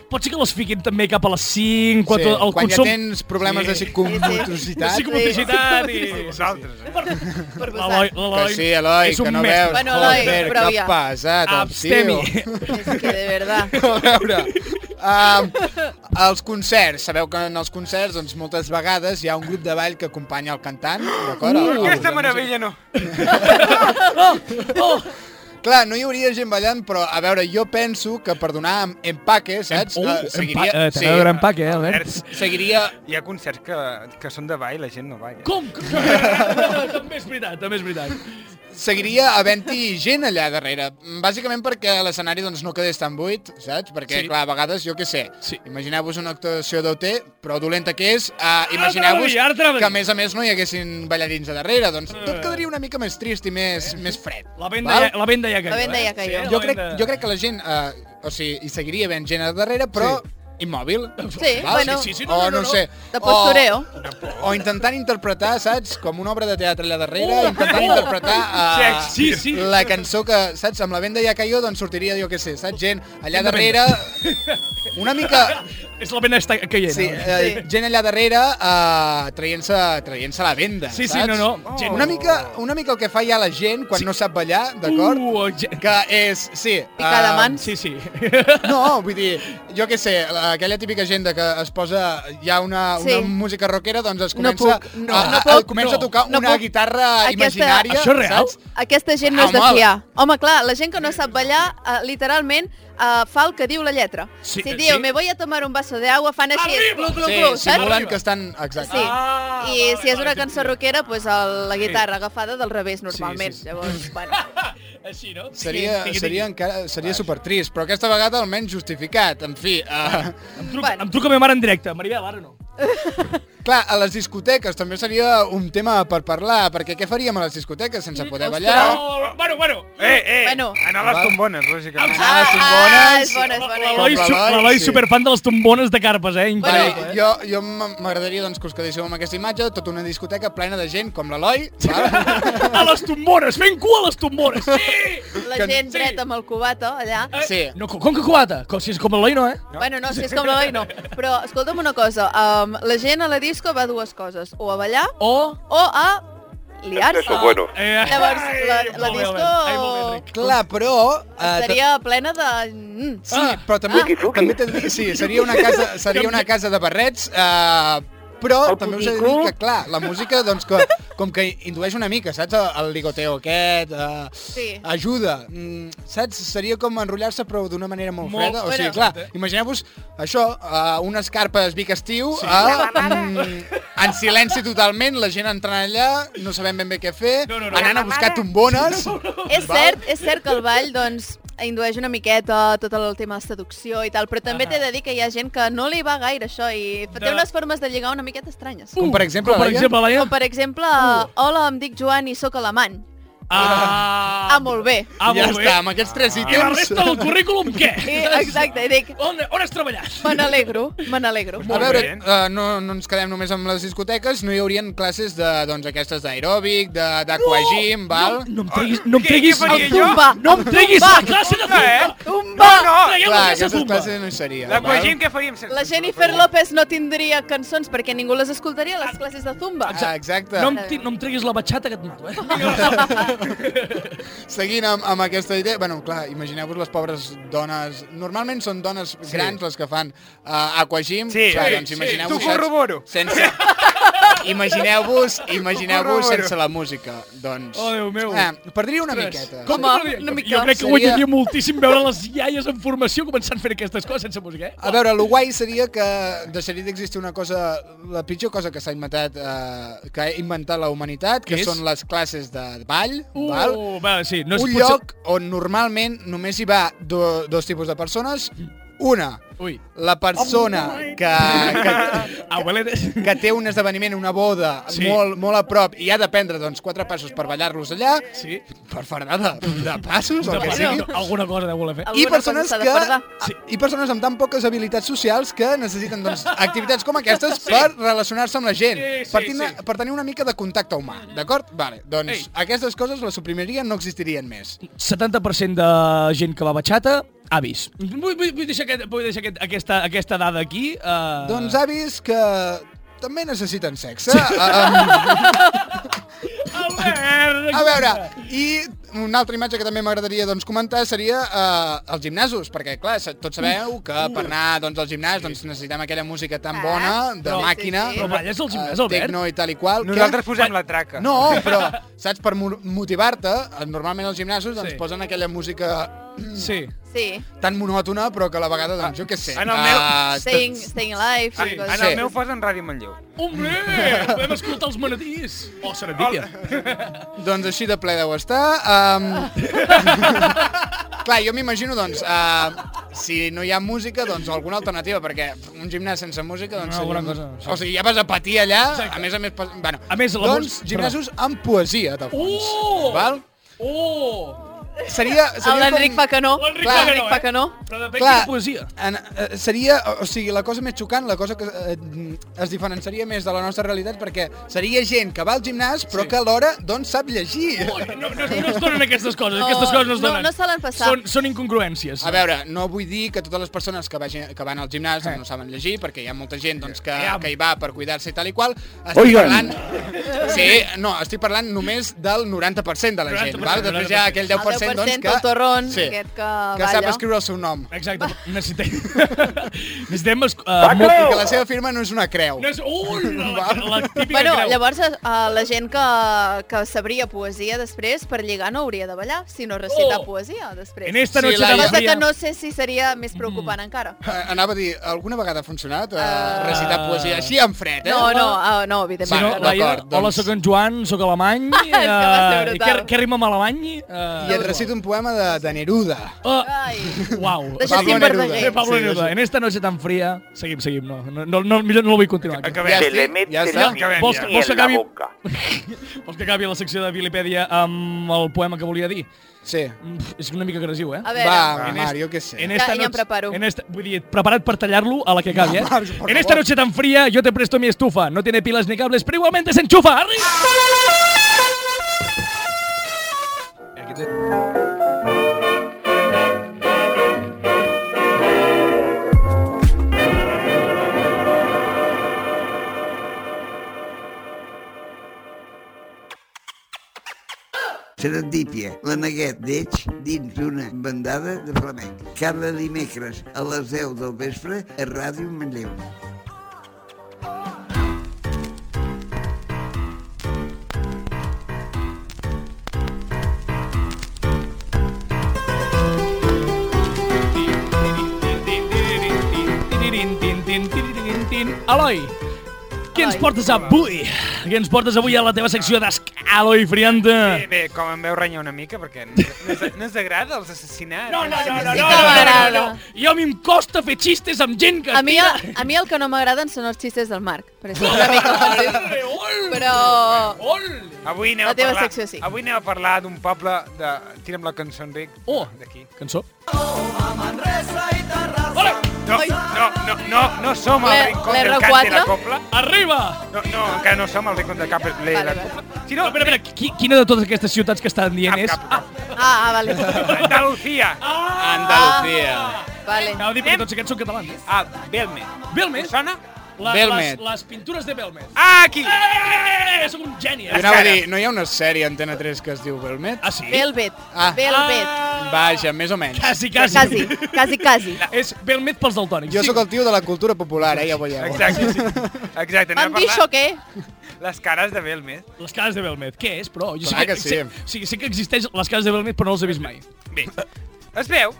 Speaker 1: pot ser que les fiquin també cap a les 5, quan,
Speaker 5: sí,
Speaker 1: el
Speaker 5: quan
Speaker 1: consum...
Speaker 5: ja tens problemes de psicomotricitat,
Speaker 1: Sí, com publicitat i...
Speaker 4: Vosaltres, eh?
Speaker 3: Per
Speaker 1: L'Eloi,
Speaker 3: posar.
Speaker 1: l'Eloi...
Speaker 5: que sí, Eloi,
Speaker 1: és un
Speaker 5: que no
Speaker 1: mestre.
Speaker 5: veus.
Speaker 3: Bueno, Eloi,
Speaker 5: Joder,
Speaker 3: prou
Speaker 5: que
Speaker 3: ja.
Speaker 5: ha passat, el
Speaker 1: Abstemi.
Speaker 5: tio.
Speaker 3: És que de verdad.
Speaker 5: *laughs* A veure, um, els concerts, sabeu que en els concerts doncs, moltes vegades hi ha un grup de ball que acompanya el cantant, d'acord? El- el-
Speaker 4: Mm. Aquesta meravella no.
Speaker 5: Eh? Clar, no hi hauria gent ballant, però a veure, jo penso que per donar em- empaque, saps? Eh, seguiria, sí,
Speaker 1: pac, eh,
Speaker 5: seguiria...
Speaker 4: Hi ha concerts que, que són de ball i la gent no balla.
Speaker 1: Com? *laughs* també és veritat, també és veritat.
Speaker 5: Seguiria havent-hi gent allà darrere, bàsicament perquè l'escenari doncs, no quedés tan buit, saps? Perquè,
Speaker 1: Sí.
Speaker 5: sí. clar, a vegades, jo què sé,
Speaker 1: Sí.
Speaker 5: sí. imagineu-vos una actuació d'OT, però dolenta que és, uh, imagineu-vos
Speaker 1: Ara te la dic, ara te la dic.
Speaker 5: que, a més a més, no hi haguessin ballarins a darrere, doncs tot quedaria una mica més trist i més, més fred.
Speaker 1: Eh. La venda,
Speaker 5: val?
Speaker 1: ja, la venda ja caiu.
Speaker 3: La venda
Speaker 1: eh?
Speaker 3: ja caiu.
Speaker 1: Sí,
Speaker 5: Jo
Speaker 1: la
Speaker 5: crec,
Speaker 1: venda-
Speaker 5: jo crec que la gent, eh, o sigui, hi seguiria ben gent a darrere, però sí. immòbil.
Speaker 3: Sí, bueno,
Speaker 1: sí, sí, no,
Speaker 5: o
Speaker 1: no, no,
Speaker 5: no,
Speaker 1: no.
Speaker 5: sé.
Speaker 3: de postureo.
Speaker 5: O, o intentant interpretar, saps, com una obra de teatre allà darrere,
Speaker 1: Oh,
Speaker 5: intentant
Speaker 1: oh.
Speaker 5: interpretar eh,
Speaker 1: Sí, sí.
Speaker 5: la cançó que, saps, amb la venda ja caió, doncs sortiria, jo què sé, saps, gent allà
Speaker 1: Una
Speaker 5: darrere, una mica...
Speaker 1: És la venda està caient.
Speaker 5: Sí,
Speaker 1: ara.
Speaker 5: eh, gent allà darrere eh, traient-se traient la venda,
Speaker 1: Sí, sí,
Speaker 5: saps?
Speaker 1: no, no. Gent-
Speaker 5: Una mica, una mica el que fa ja la gent quan sí. no sap ballar, d'acord?
Speaker 1: Uh, ge-
Speaker 5: Que és, sí...
Speaker 3: Picar de
Speaker 5: eh,
Speaker 3: mans.
Speaker 1: Sí, sí.
Speaker 5: *laughs*
Speaker 1: *laughs*
Speaker 5: No, vull dir, jo què sé, aquella típica gent de que es posa, hi ha una, una
Speaker 3: Sí.
Speaker 5: música rockera, doncs es
Speaker 3: No
Speaker 5: comença,
Speaker 3: puc, no,
Speaker 5: a,
Speaker 3: no
Speaker 5: a,
Speaker 3: puc,
Speaker 5: comença
Speaker 1: no,
Speaker 5: a tocar
Speaker 3: no
Speaker 5: una
Speaker 3: puc.
Speaker 5: guitarra
Speaker 3: Aquesta-
Speaker 5: imaginària.
Speaker 1: Això és real?
Speaker 5: Saps?
Speaker 3: Aquesta gent no és de
Speaker 5: Home.
Speaker 3: fiar. Home, clar, la gent que no sap ballar, eh, literalment, eh, fa el que diu la lletra.
Speaker 1: Sí,
Speaker 3: si
Speaker 1: eh,
Speaker 3: diu,
Speaker 1: sí.
Speaker 3: me voy a tomar un vaso de agua, fan així,
Speaker 1: Arriba!
Speaker 3: glu, glu,
Speaker 5: Sí,
Speaker 3: glu,
Speaker 5: simulant
Speaker 1: Arriba.
Speaker 5: que estan... Exacte.
Speaker 3: Sí.
Speaker 1: Ah,
Speaker 3: I
Speaker 1: vale,
Speaker 3: si és
Speaker 1: vale,
Speaker 3: una
Speaker 1: sí,
Speaker 3: cançó
Speaker 1: sí.
Speaker 3: rockera, doncs el, la guitarra agafada del revés, normalment.
Speaker 1: sí,
Speaker 3: Sí,
Speaker 1: sí.
Speaker 3: sí,
Speaker 1: *laughs*
Speaker 3: Llavors, bueno,
Speaker 1: Així, no?
Speaker 5: Seria,
Speaker 1: Tingui, tingui.
Speaker 5: seria, encara, seria supertrist, però aquesta vegada almenys justificat. En fi,
Speaker 1: *laughs*
Speaker 5: uh,
Speaker 1: Em truca,
Speaker 3: Bueno.
Speaker 1: em truca ma mare en directe. Maribel, ara no.
Speaker 5: clar, a les discoteques també seria un tema per parlar, perquè què faríem a les discoteques
Speaker 3: Mm,
Speaker 5: sense poder ballar?
Speaker 1: Oh, bueno, bueno.
Speaker 4: Eh, eh,
Speaker 3: Bueno.
Speaker 4: anar a les
Speaker 5: Va.
Speaker 4: tombones, lògicament.
Speaker 5: Ah, les
Speaker 3: ah, és
Speaker 5: tombones.
Speaker 3: bona, és bona.
Speaker 1: L'Eloi
Speaker 5: Com
Speaker 1: su-
Speaker 5: l'Eloi,
Speaker 1: l'Eloi
Speaker 5: sí.
Speaker 1: superfan de les tombones de carpes, eh?
Speaker 5: Vale,
Speaker 1: Increïble.
Speaker 5: jo jo m- m'agradaria doncs, que us quedéssiu amb aquesta imatge, tota una discoteca plena de gent com l'Eloi, val?
Speaker 1: *laughs* A les tombones, fent cua a les tombones. Sí!
Speaker 3: La
Speaker 5: que-
Speaker 3: gent
Speaker 1: sí.
Speaker 3: dreta amb el cubata, allà.
Speaker 1: Eh,
Speaker 5: Sí.
Speaker 1: No, co- com que cubata? Com, si és com l'Eloi, no, eh?
Speaker 3: No? Bueno, no, si és com
Speaker 1: *laughs*
Speaker 3: l'Eloi, no. Però escolta'm una cosa, um, la gent a la disco va a dues coses, o a ballar
Speaker 1: O...
Speaker 3: o a liar-se.
Speaker 1: Eh,
Speaker 3: Llavors, la,
Speaker 1: ai,
Speaker 3: la
Speaker 1: molt bé,
Speaker 3: disco
Speaker 1: Albert. Ai, molt bé, Enric.
Speaker 5: Clar, però... eh,
Speaker 3: estaria plena de... Mm,
Speaker 5: Sí, però també, ah. també t'he de dir, sí, seria una casa, seria una casa de barrets, eh, però també us he de dir que, clar, la música, doncs, que, com que indueix una mica, saps? El, el ligoteo aquest, eh, sí.
Speaker 3: Sí.
Speaker 5: ajuda, mm, saps? Seria com enrotllar-se però d'una manera molt,
Speaker 1: Molt-
Speaker 5: molt freda. O sigui,
Speaker 1: bueno.
Speaker 5: clar, imagineu-vos això, eh, unes carpes Vic Estiu, sí. eh, mm, en silenci totalment, la gent entrant allà, no sabem ben bé què fer,
Speaker 1: No, no, no.
Speaker 5: no, no, no, anant a buscar tombones...
Speaker 3: és cert, és cert que el ball, doncs, indueix una miqueta tot el tema de seducció i tal, però també t'he de dir que hi ha gent que no li va gaire això i té
Speaker 1: De-
Speaker 3: unes formes de lligar una miqueta estranyes.
Speaker 5: Com per exemple,
Speaker 1: com per
Speaker 5: Laia?
Speaker 1: exemple, Laia?
Speaker 3: Com per exemple, hola, em dic Joan i sóc alemany.
Speaker 1: Ah,
Speaker 3: Ah, molt bé.
Speaker 1: Ah,
Speaker 5: ja
Speaker 1: molt bé. Ah.
Speaker 5: està, amb aquests tres
Speaker 1: I la
Speaker 5: ítems...
Speaker 1: resta del currículum, què?
Speaker 3: I, exacte, i dic,
Speaker 1: On, on has treballat?
Speaker 3: me n'alegro, me n'alegro.
Speaker 5: A
Speaker 4: Molt
Speaker 5: veure,
Speaker 4: bé.
Speaker 5: uh, no, no ens quedem només amb les discoteques, no hi haurien classes de, doncs, aquestes d'aeròbic, de- d'aquagym, val?
Speaker 1: No, no em treguis, no em
Speaker 4: Què-
Speaker 1: treguis,
Speaker 4: què faria
Speaker 3: El tumba!
Speaker 1: no em treguis la classe de
Speaker 4: Eh?
Speaker 1: tumba.
Speaker 3: Tumba!
Speaker 4: No,
Speaker 1: Traieu la classe
Speaker 5: Clar,
Speaker 1: de
Speaker 5: aquestes
Speaker 1: tumba.
Speaker 5: classes no hi serien.
Speaker 4: La
Speaker 5: val?
Speaker 4: Quagim què faríem? sense-
Speaker 3: La Jennifer López no tindria cançons perquè ningú les escoltaria a les classes de Zumba.
Speaker 5: Ah, exacte.
Speaker 1: No em, ti- no em treguis la batxata que et mato, eh?
Speaker 5: Seguint amb, amb aquesta idea, bueno, clar, imagineu-vos les pobres dones... Normalment són dones sí. grans les que fan uh, aquagym.
Speaker 4: Sí,
Speaker 5: clar,
Speaker 4: sí,
Speaker 5: doncs
Speaker 4: sí.
Speaker 5: imagineu-vos
Speaker 4: T'ho corroboro.
Speaker 5: Sense... Imagineu-vos
Speaker 4: T'ho
Speaker 5: imagineu-vos
Speaker 4: corroboro.
Speaker 5: sense la música, doncs...
Speaker 1: Oh, Déu meu.
Speaker 5: Eh, perdria una
Speaker 1: Ostres.
Speaker 5: miqueta.
Speaker 3: Com? Home, una mica.
Speaker 1: Jo crec que ho
Speaker 5: Seria-
Speaker 1: ajudaria moltíssim veure les iaies en formació començant fent aquestes coses sense música, eh?
Speaker 5: A veure, el guai seria que deixaria d'existir una cosa, la pitjor cosa que s'ha inventat, eh, que ha inventat la humanitat, que
Speaker 1: Què és?
Speaker 5: són les classes de ball,
Speaker 1: Uh,
Speaker 5: Ah, val?
Speaker 1: va, sí, no és
Speaker 5: un
Speaker 1: potser-
Speaker 5: lloc on normalment només hi va do, dos tipus de persones. Una,
Speaker 1: Ui. *laughs*
Speaker 5: la persona
Speaker 1: Oh
Speaker 5: que, que,
Speaker 1: Abueletes.
Speaker 5: que té un esdeveniment, una boda,
Speaker 1: Sí.
Speaker 5: sí. molt, molt a prop, i ha de prendre doncs, quatre passos per ballar-los allà,
Speaker 1: Sí.
Speaker 5: per fardar de, de passos, el que sigui.
Speaker 1: Alguna cosa deu voler fer.
Speaker 5: I
Speaker 3: Alguna cosa
Speaker 5: persones,
Speaker 3: s'ha de
Speaker 5: que,
Speaker 3: fardar.
Speaker 5: sí. I persones amb tan poques habilitats socials que necessiten
Speaker 3: *laughs*
Speaker 5: doncs, activitats com aquestes sí. per relacionar-se amb la gent,
Speaker 1: Sí, sí,
Speaker 5: per, tenir,
Speaker 1: sí.
Speaker 5: per tenir una mica de contacte humà, d'acord? Vale, doncs
Speaker 1: Ei.
Speaker 5: Ei. aquestes coses les suprimirien, no existirien més.
Speaker 1: 70% de gent que va a batxata, avis. Vull, vull, vull deixar, aquest, vull deixar aquest, aquesta, aquesta dada aquí.
Speaker 3: Ah.
Speaker 1: Uh...
Speaker 5: Doncs avis que també necessiten sexe. A,
Speaker 1: Albert! *laughs*
Speaker 5: a veure, i una altra imatge que també m'agradaria doncs, comentar seria eh, els gimnasos, perquè clar, sa- tots
Speaker 1: Mm.
Speaker 5: sabeu que
Speaker 3: Mm.
Speaker 5: per anar doncs, al gimnàs doncs, necessitem aquella música tan bona, de
Speaker 3: Ah. sí,
Speaker 5: màquina,
Speaker 3: sí, sí.
Speaker 1: Però balles al gimnàs,
Speaker 5: eh,
Speaker 1: Albert?
Speaker 5: Tecno i tal i qual.
Speaker 4: Nosaltres
Speaker 5: que...
Speaker 4: posem la traca.
Speaker 5: No, però, saps, per mo- motivar-te, eh, normalment als gimnasos doncs,
Speaker 1: Sí.
Speaker 5: posen aquella música
Speaker 1: Sí.
Speaker 3: Sí.
Speaker 5: tan monòtona, però que a la vegada, doncs, jo què sé.
Speaker 1: Ah,
Speaker 4: En el meu-
Speaker 5: eh,
Speaker 3: Staying, staying alive.
Speaker 4: Sí, Ah,
Speaker 3: Sí.
Speaker 4: en
Speaker 5: Sí.
Speaker 4: el meu posen Ràdio Manlleu.
Speaker 1: Hombre! Podem escoltar els manatís. O oh, serendípia.
Speaker 5: Doncs així de ple deu estar. Um... Clar, jo m'imagino, doncs, uh, si no hi ha música, doncs alguna alternativa, perquè un gimnàs sense música, doncs...
Speaker 1: No,
Speaker 5: seria
Speaker 1: alguna
Speaker 5: un-
Speaker 1: cosa, sí.
Speaker 5: O sigui, ja vas a patir allà,
Speaker 1: Exacte.
Speaker 5: a més a més... pas- Bueno,
Speaker 1: A més, la
Speaker 5: doncs,
Speaker 1: mús-
Speaker 5: gimnasos amb poesia, del fons.
Speaker 1: Oh!
Speaker 5: Val?
Speaker 1: Oh!
Speaker 5: Seria, seria
Speaker 3: L'Enric fa que no.
Speaker 1: L'Enric
Speaker 5: Oh, Clar.
Speaker 1: Paganó,
Speaker 3: L'Enric fa que no.
Speaker 1: Però depèn
Speaker 5: Clar.
Speaker 1: quina poesia.
Speaker 5: En, eh, seria, o- o sigui, la cosa més xocant, la cosa que eh, es diferenciaria més de la nostra realitat, perquè seria gent que va al gimnàs, però sí. que alhora, doncs, sap llegir.
Speaker 1: Ui, no, no, no es donen aquestes coses,
Speaker 3: No,
Speaker 1: aquestes coses no es
Speaker 3: Oh, no-
Speaker 1: donen.
Speaker 3: no solen passar.
Speaker 1: Són, són incongruències.
Speaker 5: A veure, no vull dir que totes les persones que, vagin, que van al gimnàs doncs, no saben llegir, perquè hi ha molta gent doncs, que,
Speaker 1: Eh. Aviam.
Speaker 5: que hi va per cuidar-se i tal i qual. Estic
Speaker 7: Oigan.
Speaker 5: parlant... Sí, no, estic parlant només del 90% de la gent,
Speaker 1: 90%,
Speaker 5: val? Després hi ha aquell 10%,
Speaker 3: El 10%
Speaker 5: doncs, que...
Speaker 3: tontorrón, aquest que
Speaker 5: que sap
Speaker 3: balla.
Speaker 5: escriure el seu nom.
Speaker 1: Exacte, necessitem... *laughs* necessitem... Uh, molt...
Speaker 5: I que la seva firma no és una creu.
Speaker 1: No és... Uh, la, la, la típica
Speaker 3: Bueno,
Speaker 1: creu.
Speaker 3: llavors eh, la gent que, que sabria poesia després, per lligar no hauria de ballar, sinó recitar
Speaker 1: Oh!
Speaker 3: poesia després.
Speaker 1: En Mm. esta
Speaker 5: Sí,
Speaker 1: noche
Speaker 5: Laia.
Speaker 1: de
Speaker 3: Cosa que
Speaker 1: fría.
Speaker 3: no sé si seria més preocupant encara.
Speaker 5: Eh, Anava a dir, alguna vegada ha funcionat eh,
Speaker 3: Eh,
Speaker 5: recitar poesia així en fred, eh?
Speaker 3: No, no, ah, no,
Speaker 1: Si
Speaker 3: evidentment.
Speaker 1: no,
Speaker 5: Va,
Speaker 3: que no.
Speaker 1: Laia,
Speaker 5: d'acord,
Speaker 1: hola,
Speaker 5: doncs.
Speaker 1: sóc en Joan, sóc alemany.
Speaker 3: *laughs* que va ser
Speaker 1: eh, I què,
Speaker 3: brutal.
Speaker 1: què rima amb alemany? Uh,
Speaker 5: I et recito un poema de, de Neruda.
Speaker 1: Oh, *laughs*
Speaker 3: Ai.
Speaker 1: uau.
Speaker 3: Ah. Deixa
Speaker 5: Pablo
Speaker 3: Pablo
Speaker 5: Neruda.
Speaker 1: Eh,
Speaker 3: Neruda.
Speaker 1: Pablo
Speaker 5: Sí,
Speaker 1: Neruda,
Speaker 5: deixa-
Speaker 1: en esta noche tan fría... Seguim, seguim, no. No, no, no millor no ho vull continuar. aquí.
Speaker 4: Acabem.
Speaker 5: Ja
Speaker 7: Se le
Speaker 5: estic,
Speaker 7: mete
Speaker 5: ja
Speaker 7: el
Speaker 5: està.
Speaker 4: Ja,
Speaker 1: vols-
Speaker 7: pipí
Speaker 1: vols
Speaker 7: en la
Speaker 1: acabar-
Speaker 7: boca.
Speaker 1: *laughs* Vols que acabi la secció de Vilipèdia amb el poema que volia dir?
Speaker 5: Sí.
Speaker 1: Mm, és una mica agressiu, eh?
Speaker 3: A veure,
Speaker 5: Va,
Speaker 1: En
Speaker 5: Mar,
Speaker 1: est-
Speaker 5: jo què sé.
Speaker 1: En
Speaker 3: Ja-
Speaker 1: esta
Speaker 3: ja em
Speaker 1: noche-
Speaker 3: preparo.
Speaker 1: En esta, vull dir, preparat per tallar-lo a la que
Speaker 3: *laughs*
Speaker 1: acabi, eh?
Speaker 5: No, Marc, por
Speaker 1: en esta
Speaker 5: favor.
Speaker 1: noche tan fría yo te presto mi estufa. No tiene pilas ni cables, pero igualmente se enchufa. Arri-
Speaker 2: Serendípia, la Neguet d'Eix dins d'una bandada de flamenc. Cada dimecres a les 10 del vespre a Ràdio Manlleu.
Speaker 1: Eloi, què ens
Speaker 3: Eloi.
Speaker 1: portes avui? Què ens portes avui a la teva secció d'esc... Eloi Frianta?
Speaker 4: Bé, bé, com em veu renyar una mica, perquè no, no, us- no us agrada els assassinats.
Speaker 1: No, no, no, no, no,
Speaker 3: Sí que
Speaker 1: no, no,
Speaker 3: m'agrada.
Speaker 1: no, Jo a mi em costa fer xistes amb gent que...
Speaker 3: a mi,
Speaker 1: tira-
Speaker 3: el, a mi el que no m'agraden són els xistes del Marc,
Speaker 1: *laughs*
Speaker 3: per això una mica ofensiu.
Speaker 1: Ole,
Speaker 3: Però...
Speaker 1: ole.
Speaker 4: Avui anem
Speaker 3: La
Speaker 4: a
Speaker 3: teva
Speaker 4: parlar,
Speaker 3: secció sí.
Speaker 4: Avui anem a parlar d'un poble de... Tira'm la cançó, Enric.
Speaker 1: Oh,
Speaker 4: D'aquí.
Speaker 1: cançó.
Speaker 4: No, no, no, no, no som al
Speaker 3: L'R-
Speaker 4: rincón del
Speaker 3: l'R4?
Speaker 4: cant i la copla.
Speaker 1: Arriba!
Speaker 4: No, no, encara no som al rincón del cap i
Speaker 3: Vale,
Speaker 4: la
Speaker 3: vale.
Speaker 4: copla.
Speaker 1: Si no, espera, espera, qui, quina de totes aquestes ciutats que estan dient
Speaker 4: Cap,
Speaker 1: és... Ah!
Speaker 4: cap, cap.
Speaker 3: Ah, ah, vale.
Speaker 4: Andalucía.
Speaker 5: Andalucia.
Speaker 3: Vale.
Speaker 1: Anava a dir perquè tots aquests són catalans.
Speaker 4: Ah, Belme.
Speaker 1: Belme?
Speaker 4: Us Sona?
Speaker 1: La, les,
Speaker 5: Belmet.
Speaker 1: les pintures de Belmet.
Speaker 4: Ah, aquí!
Speaker 1: Eh, soc un geni.
Speaker 5: Jo
Speaker 1: Eh?
Speaker 5: anava a
Speaker 4: cara.
Speaker 5: dir, no hi ha una sèrie a Antena 3 que es diu Belmet?
Speaker 1: Ah, sí?
Speaker 3: Velvet.
Speaker 5: Ah.
Speaker 3: Velvet.
Speaker 1: Ah,
Speaker 5: Vaja, més o menys.
Speaker 1: Quasi, quasi.
Speaker 3: Quasi, quasi, quasi.
Speaker 1: És Belmet pels daltònics.
Speaker 5: Jo sóc el tio de la cultura popular, eh, ja ho veieu.
Speaker 4: Exacte, sí. Exacte, anem
Speaker 3: Vam
Speaker 4: a
Speaker 3: dir
Speaker 4: parlar
Speaker 3: això què?
Speaker 4: les cares de Belmet.
Speaker 1: Les cases de Belmet. Què és, però? Jo
Speaker 5: Clar que sí.
Speaker 1: Sé, sí, sé que existeix les cases de Belmet, però no els he vist mai.
Speaker 4: Bé, es veu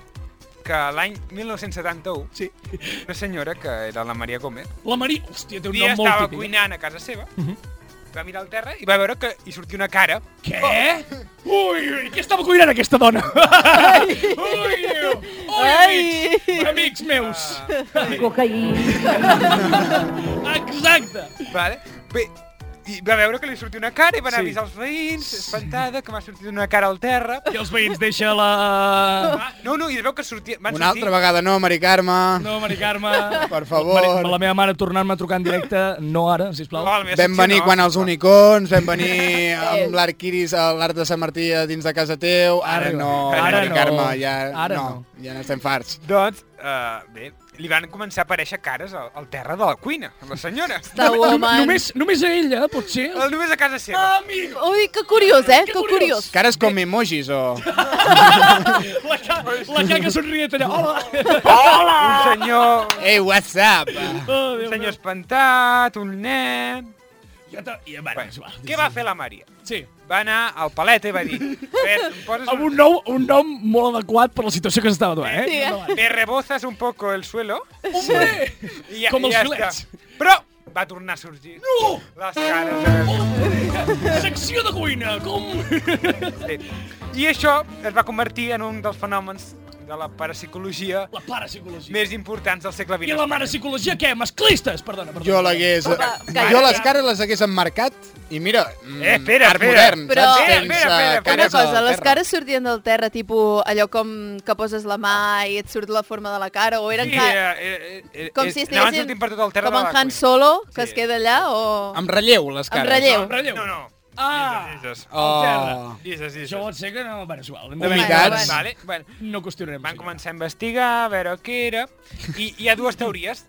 Speaker 4: que l'any 1971
Speaker 1: Sí.
Speaker 4: una senyora, que era la Maria Gómez,
Speaker 1: La Maria... Hòstia, té
Speaker 4: un
Speaker 1: un
Speaker 4: dia
Speaker 1: nom molt
Speaker 4: estava
Speaker 1: típic. eh? Mhm.
Speaker 4: cuinant a casa seva, va mirar al terra i va veure que hi sortia una
Speaker 1: *laughs*
Speaker 4: cara.
Speaker 1: Què? Ui, ui, què estava cuinant aquesta dona? *laughs* Ui, ui, ui,
Speaker 3: Ai.
Speaker 1: amics, amics meus.
Speaker 4: eh,
Speaker 1: Cocaïna. Exacte.
Speaker 4: Vale? Bé, i va veure que li sortia una cara i va anar
Speaker 1: Sí.
Speaker 4: a avisar els veïns, espantada, que m'ha sortit una cara al terra.
Speaker 1: I els veïns deixa la...
Speaker 4: Va, No, no, i es veu que sortia... Van
Speaker 5: Una
Speaker 4: sortir,
Speaker 5: altra vegada no, Mari Carme.
Speaker 1: No, Mari Carme.
Speaker 5: Per favor.
Speaker 1: Mari- La meva mare tornant-me a trucar en directe, no ara, sisplau.
Speaker 4: Val, meva
Speaker 5: Vam
Speaker 4: secció
Speaker 5: venir
Speaker 4: Oh, no.
Speaker 5: quan els unicorns, vam
Speaker 1: *laughs*
Speaker 5: venir amb l'Arquiris a l'Art de Sant Martí a dins de casa teu, ara
Speaker 1: Ara
Speaker 5: no,
Speaker 1: no.
Speaker 5: ara
Speaker 1: Ara
Speaker 5: Mari
Speaker 1: no.
Speaker 5: Carme, ja
Speaker 1: Ara
Speaker 5: no,
Speaker 1: no.
Speaker 5: ja n'estem farts.
Speaker 4: Doncs, uh, bé, li van començar a aparèixer cares al, al terra de la cuina, a la senyora.
Speaker 3: The Woman.
Speaker 1: Només, només a ella, eh, potser.
Speaker 4: El només a casa seva.
Speaker 1: Amigo!
Speaker 3: Ui, que curiós, eh? Que
Speaker 1: curiós.
Speaker 3: curiós.
Speaker 5: Cares com emojis o...
Speaker 1: La, ca la caca somriet allà.
Speaker 4: Ah.
Speaker 1: Hola!
Speaker 4: Hola! Un senyor...
Speaker 5: Ei, what's up?
Speaker 1: Oh, *laughs*
Speaker 4: Un
Speaker 1: Déu meu.
Speaker 4: senyor espantat, un nen...
Speaker 1: Ja te- I, bueno, és igual.
Speaker 4: Què va fer la Maria?
Speaker 1: Sí.
Speaker 4: Va anar al paleta i va dir... "Fer- em poses
Speaker 1: Amb un, nou, un nom molt adequat per la situació que s'estava donant, eh?
Speaker 3: Sí, eh?
Speaker 1: Endavant.
Speaker 4: Me rebozas un poco el suelo
Speaker 1: Hombre!
Speaker 4: i ja,
Speaker 1: Com
Speaker 4: i
Speaker 1: els
Speaker 4: ja
Speaker 1: filets.
Speaker 4: està. Però va tornar a sorgir
Speaker 1: No!
Speaker 4: les cares. De...
Speaker 1: Secció de cuina, com...
Speaker 4: Bé, I això es va convertir en un dels fenòmens de la parapsicologia
Speaker 1: La parapsicologia.
Speaker 4: més importants del segle
Speaker 1: I
Speaker 4: XX.
Speaker 1: la marapsicologia, què? Masclistes? Perdona, perdona.
Speaker 5: Jo l'hagués...
Speaker 3: calla,
Speaker 5: Jo les
Speaker 3: calla.
Speaker 5: cares les hagués emmarcat i mira, mm,
Speaker 4: Eh, espera,
Speaker 5: art
Speaker 4: espera.
Speaker 5: modern,
Speaker 3: Però-
Speaker 5: saps?
Speaker 3: Espera,
Speaker 5: Tens,
Speaker 4: espera,
Speaker 5: eh,
Speaker 4: espera,
Speaker 3: Una
Speaker 5: cares a
Speaker 3: cosa, les
Speaker 5: terra.
Speaker 3: cares sortien del terra, tipus allò com que poses la mà i et surt la forma de la cara, o eren
Speaker 4: Sí,
Speaker 3: ca...
Speaker 4: eh, eh, eh,
Speaker 3: com
Speaker 4: eh,
Speaker 3: si
Speaker 4: anaven
Speaker 3: estiguessin
Speaker 4: sortint per tot el terra
Speaker 3: com
Speaker 4: de
Speaker 3: en
Speaker 4: la
Speaker 3: Han
Speaker 4: cuina.
Speaker 3: Solo, que
Speaker 4: Sí.
Speaker 3: es queda allà, o...
Speaker 5: Amb relleu, les
Speaker 3: Amb
Speaker 5: cares.
Speaker 3: relleu.
Speaker 1: No, relleu.
Speaker 4: No, no.
Speaker 1: Ah!
Speaker 4: Jesus.
Speaker 5: Oh.
Speaker 4: Jesus, Jesus.
Speaker 1: Això pot ser que no... Bueno, és igual. hem de
Speaker 3: Bueno,
Speaker 1: veure.
Speaker 5: Ubicats.
Speaker 3: bueno.
Speaker 4: Vale, bueno.
Speaker 1: No qüestionarem.
Speaker 4: Van
Speaker 1: sí.
Speaker 4: començar a investigar, a veure què era, i hi ha dues teories,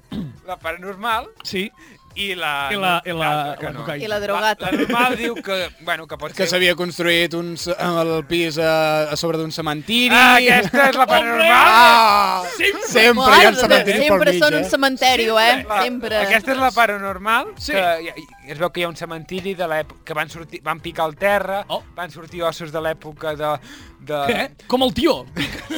Speaker 4: la paranormal
Speaker 1: Sí.
Speaker 4: i la...
Speaker 1: I la- i la-
Speaker 4: que
Speaker 1: la cocaïna.
Speaker 3: I la drogata.
Speaker 4: La, la normal diu que, bueno, que pot
Speaker 5: que
Speaker 4: ser...
Speaker 5: s'havia construït un, ce- el pis eh, a, a sobre d'un cementiri.
Speaker 4: Ah, aquesta és la paranormal!
Speaker 5: Ah!
Speaker 1: Sempre.
Speaker 5: Sempre hi ha
Speaker 3: Mare
Speaker 5: el
Speaker 3: de Déu,
Speaker 5: cementiri pel
Speaker 3: sempre
Speaker 5: mig,
Speaker 3: són un
Speaker 5: eh?
Speaker 3: cementeri, eh?
Speaker 4: La-
Speaker 3: Sempre.
Speaker 4: Aquesta és la paranormal,
Speaker 1: Sí.
Speaker 4: que hi ha- hi- es veu que hi ha un cementiri de l'època que van, sortir, van picar al terra,
Speaker 1: Oh.
Speaker 4: van sortir ossos de l'època de, de,
Speaker 1: Què? Eh? Com el tio.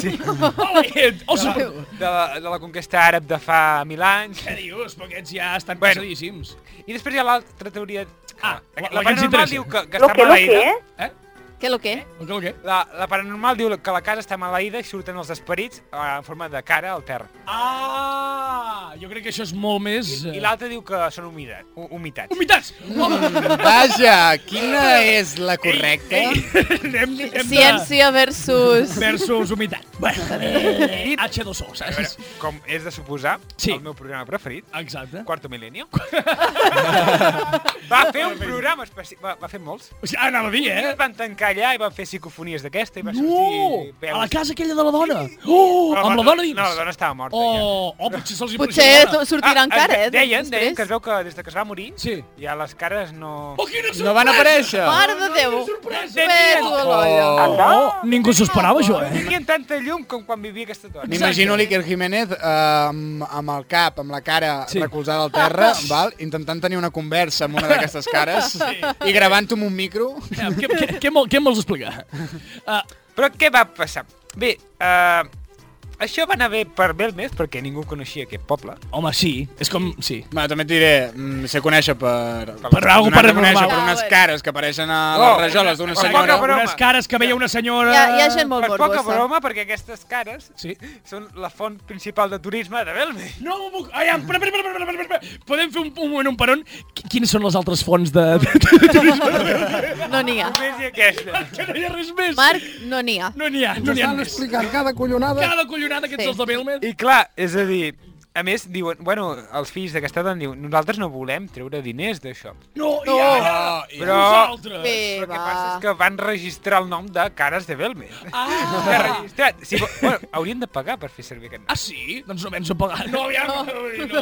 Speaker 1: Sí. Hola, et. Oh, sorpresa.
Speaker 4: de, la, de la conquesta àrab de fa mil anys.
Speaker 1: Què dius? Però aquests ja estan
Speaker 4: Bueno.
Speaker 1: passadíssims.
Speaker 4: I després hi ha l'altra teoria...
Speaker 1: Ah,
Speaker 4: la,
Speaker 1: la-
Speaker 4: la,
Speaker 1: la que ens interessa.
Speaker 4: paranormal diu que, que
Speaker 6: Lo
Speaker 4: està
Speaker 6: que, lo que,
Speaker 4: maleïda.
Speaker 6: eh?
Speaker 1: Eh?
Speaker 3: Què, lo què?
Speaker 1: Doncs El què, el què?
Speaker 4: La, la paranormal diu que la casa està maleïda i surten els esperits eh, en forma de cara al terra.
Speaker 1: Ah! Jo crec que això és molt més... eh,
Speaker 4: I l'altra diu que són humitat, hu- humitat.
Speaker 1: Humitats! Home,
Speaker 5: Vaja, quina és la correcta?
Speaker 1: anem, anem de-
Speaker 3: Ciència versus...
Speaker 1: versus humitat. Bueno, eh, H2O,
Speaker 4: A
Speaker 1: saps?
Speaker 4: veure, com és de suposar,
Speaker 1: Sí. Ah.
Speaker 4: el meu programa preferit,
Speaker 1: Exacte. *laughs*
Speaker 4: Quarto Milenio, va fer un programa específic, va, va fer molts,
Speaker 1: O sigui, anava a dir,
Speaker 4: i
Speaker 1: eh?
Speaker 4: es van tancar allà i van fer psicofonies d'aquesta i va
Speaker 1: No!
Speaker 4: sortir veus.
Speaker 1: A la casa aquella de la dona! Oh!
Speaker 4: Però
Speaker 1: Amb la
Speaker 4: no-
Speaker 1: dona dins!
Speaker 4: No, la dona estava morta. ja.
Speaker 1: Oh, oh potser se'ls hi
Speaker 3: Potser
Speaker 1: projecta.
Speaker 4: Ah,
Speaker 3: sortirà
Speaker 4: es
Speaker 3: encara,
Speaker 4: ve-
Speaker 3: eh?
Speaker 4: Deien,
Speaker 3: després.
Speaker 4: deien que es veu que des de que es va morir,
Speaker 1: Sí.
Speaker 4: ja les cares no...
Speaker 1: Oh, quina sorpresa!
Speaker 5: No van aparèixer.
Speaker 3: Mare de Déu!
Speaker 1: sorpresa!
Speaker 3: Peto l'olla.
Speaker 5: Oh.
Speaker 1: Oh, ningú s'ho esperava, això, eh?
Speaker 4: Tenien tanta llum com quan vivia aquesta dona.
Speaker 5: M'imagino l'Iker Jiménez eh, amb, amb el cap, amb la cara
Speaker 1: Sí.
Speaker 5: sí. recolzada al
Speaker 1: *laughs*
Speaker 5: terra, val? intentant tenir una conversa amb una d'aquestes cares i gravant-ho amb un micro.
Speaker 1: *laughs* Què, què, què, mol- què em vols explicar? Uh,
Speaker 4: Però què va passar? Bé, eh, això va anar bé per Belmez, perquè ningú coneixia aquest poble.
Speaker 1: home, sí, és com... Sí.
Speaker 5: Va, també et diré, mm, se conèixer per...
Speaker 1: Per algo
Speaker 5: donar-te a conèixer
Speaker 1: paranormal.
Speaker 5: Per unes cares que apareixen a les
Speaker 4: Oh.
Speaker 5: rajoles d'una
Speaker 4: Oh,
Speaker 5: senyora.
Speaker 4: poca broma.
Speaker 1: Unes cares que veia una senyora...
Speaker 3: Hi ha, hi ha gent molt
Speaker 4: per poca
Speaker 3: morbosa.
Speaker 4: broma, perquè aquestes cares
Speaker 1: Sí.
Speaker 4: són la font principal de turisme de Belmez.
Speaker 1: No m'ho puc... Ai, espera, espera, espera, espera, espera, espera. Podem fer un, un moment, un peron? Qui- Quines són les altres fonts de...
Speaker 3: No n'hi ha.
Speaker 4: Només hi ha aquesta.
Speaker 1: que no hi ha res més.
Speaker 3: Marc, no n'hi ha.
Speaker 1: No n'hi ha, no n'hi ha més.
Speaker 5: explicant cada collonada.
Speaker 1: Cada collonada que ets
Speaker 3: Sí.
Speaker 1: els de Belmed.
Speaker 4: I clar, és a dir, A més, diuen, bueno, els fills d'aquesta dona diuen, nosaltres no volem treure diners d'això.
Speaker 1: No, i ara,
Speaker 5: i
Speaker 1: però...
Speaker 4: Però-
Speaker 1: nosaltres.
Speaker 3: Bé,
Speaker 4: Però el que
Speaker 3: va.
Speaker 4: passa és que van registrar el nom de Cares de Belmer. *laughs* Ah! registrat. Sí, però, bueno, haurien de pagar per fer servir aquest nom.
Speaker 1: Ah, sí? Doncs no penso pagar. No, aviam. No,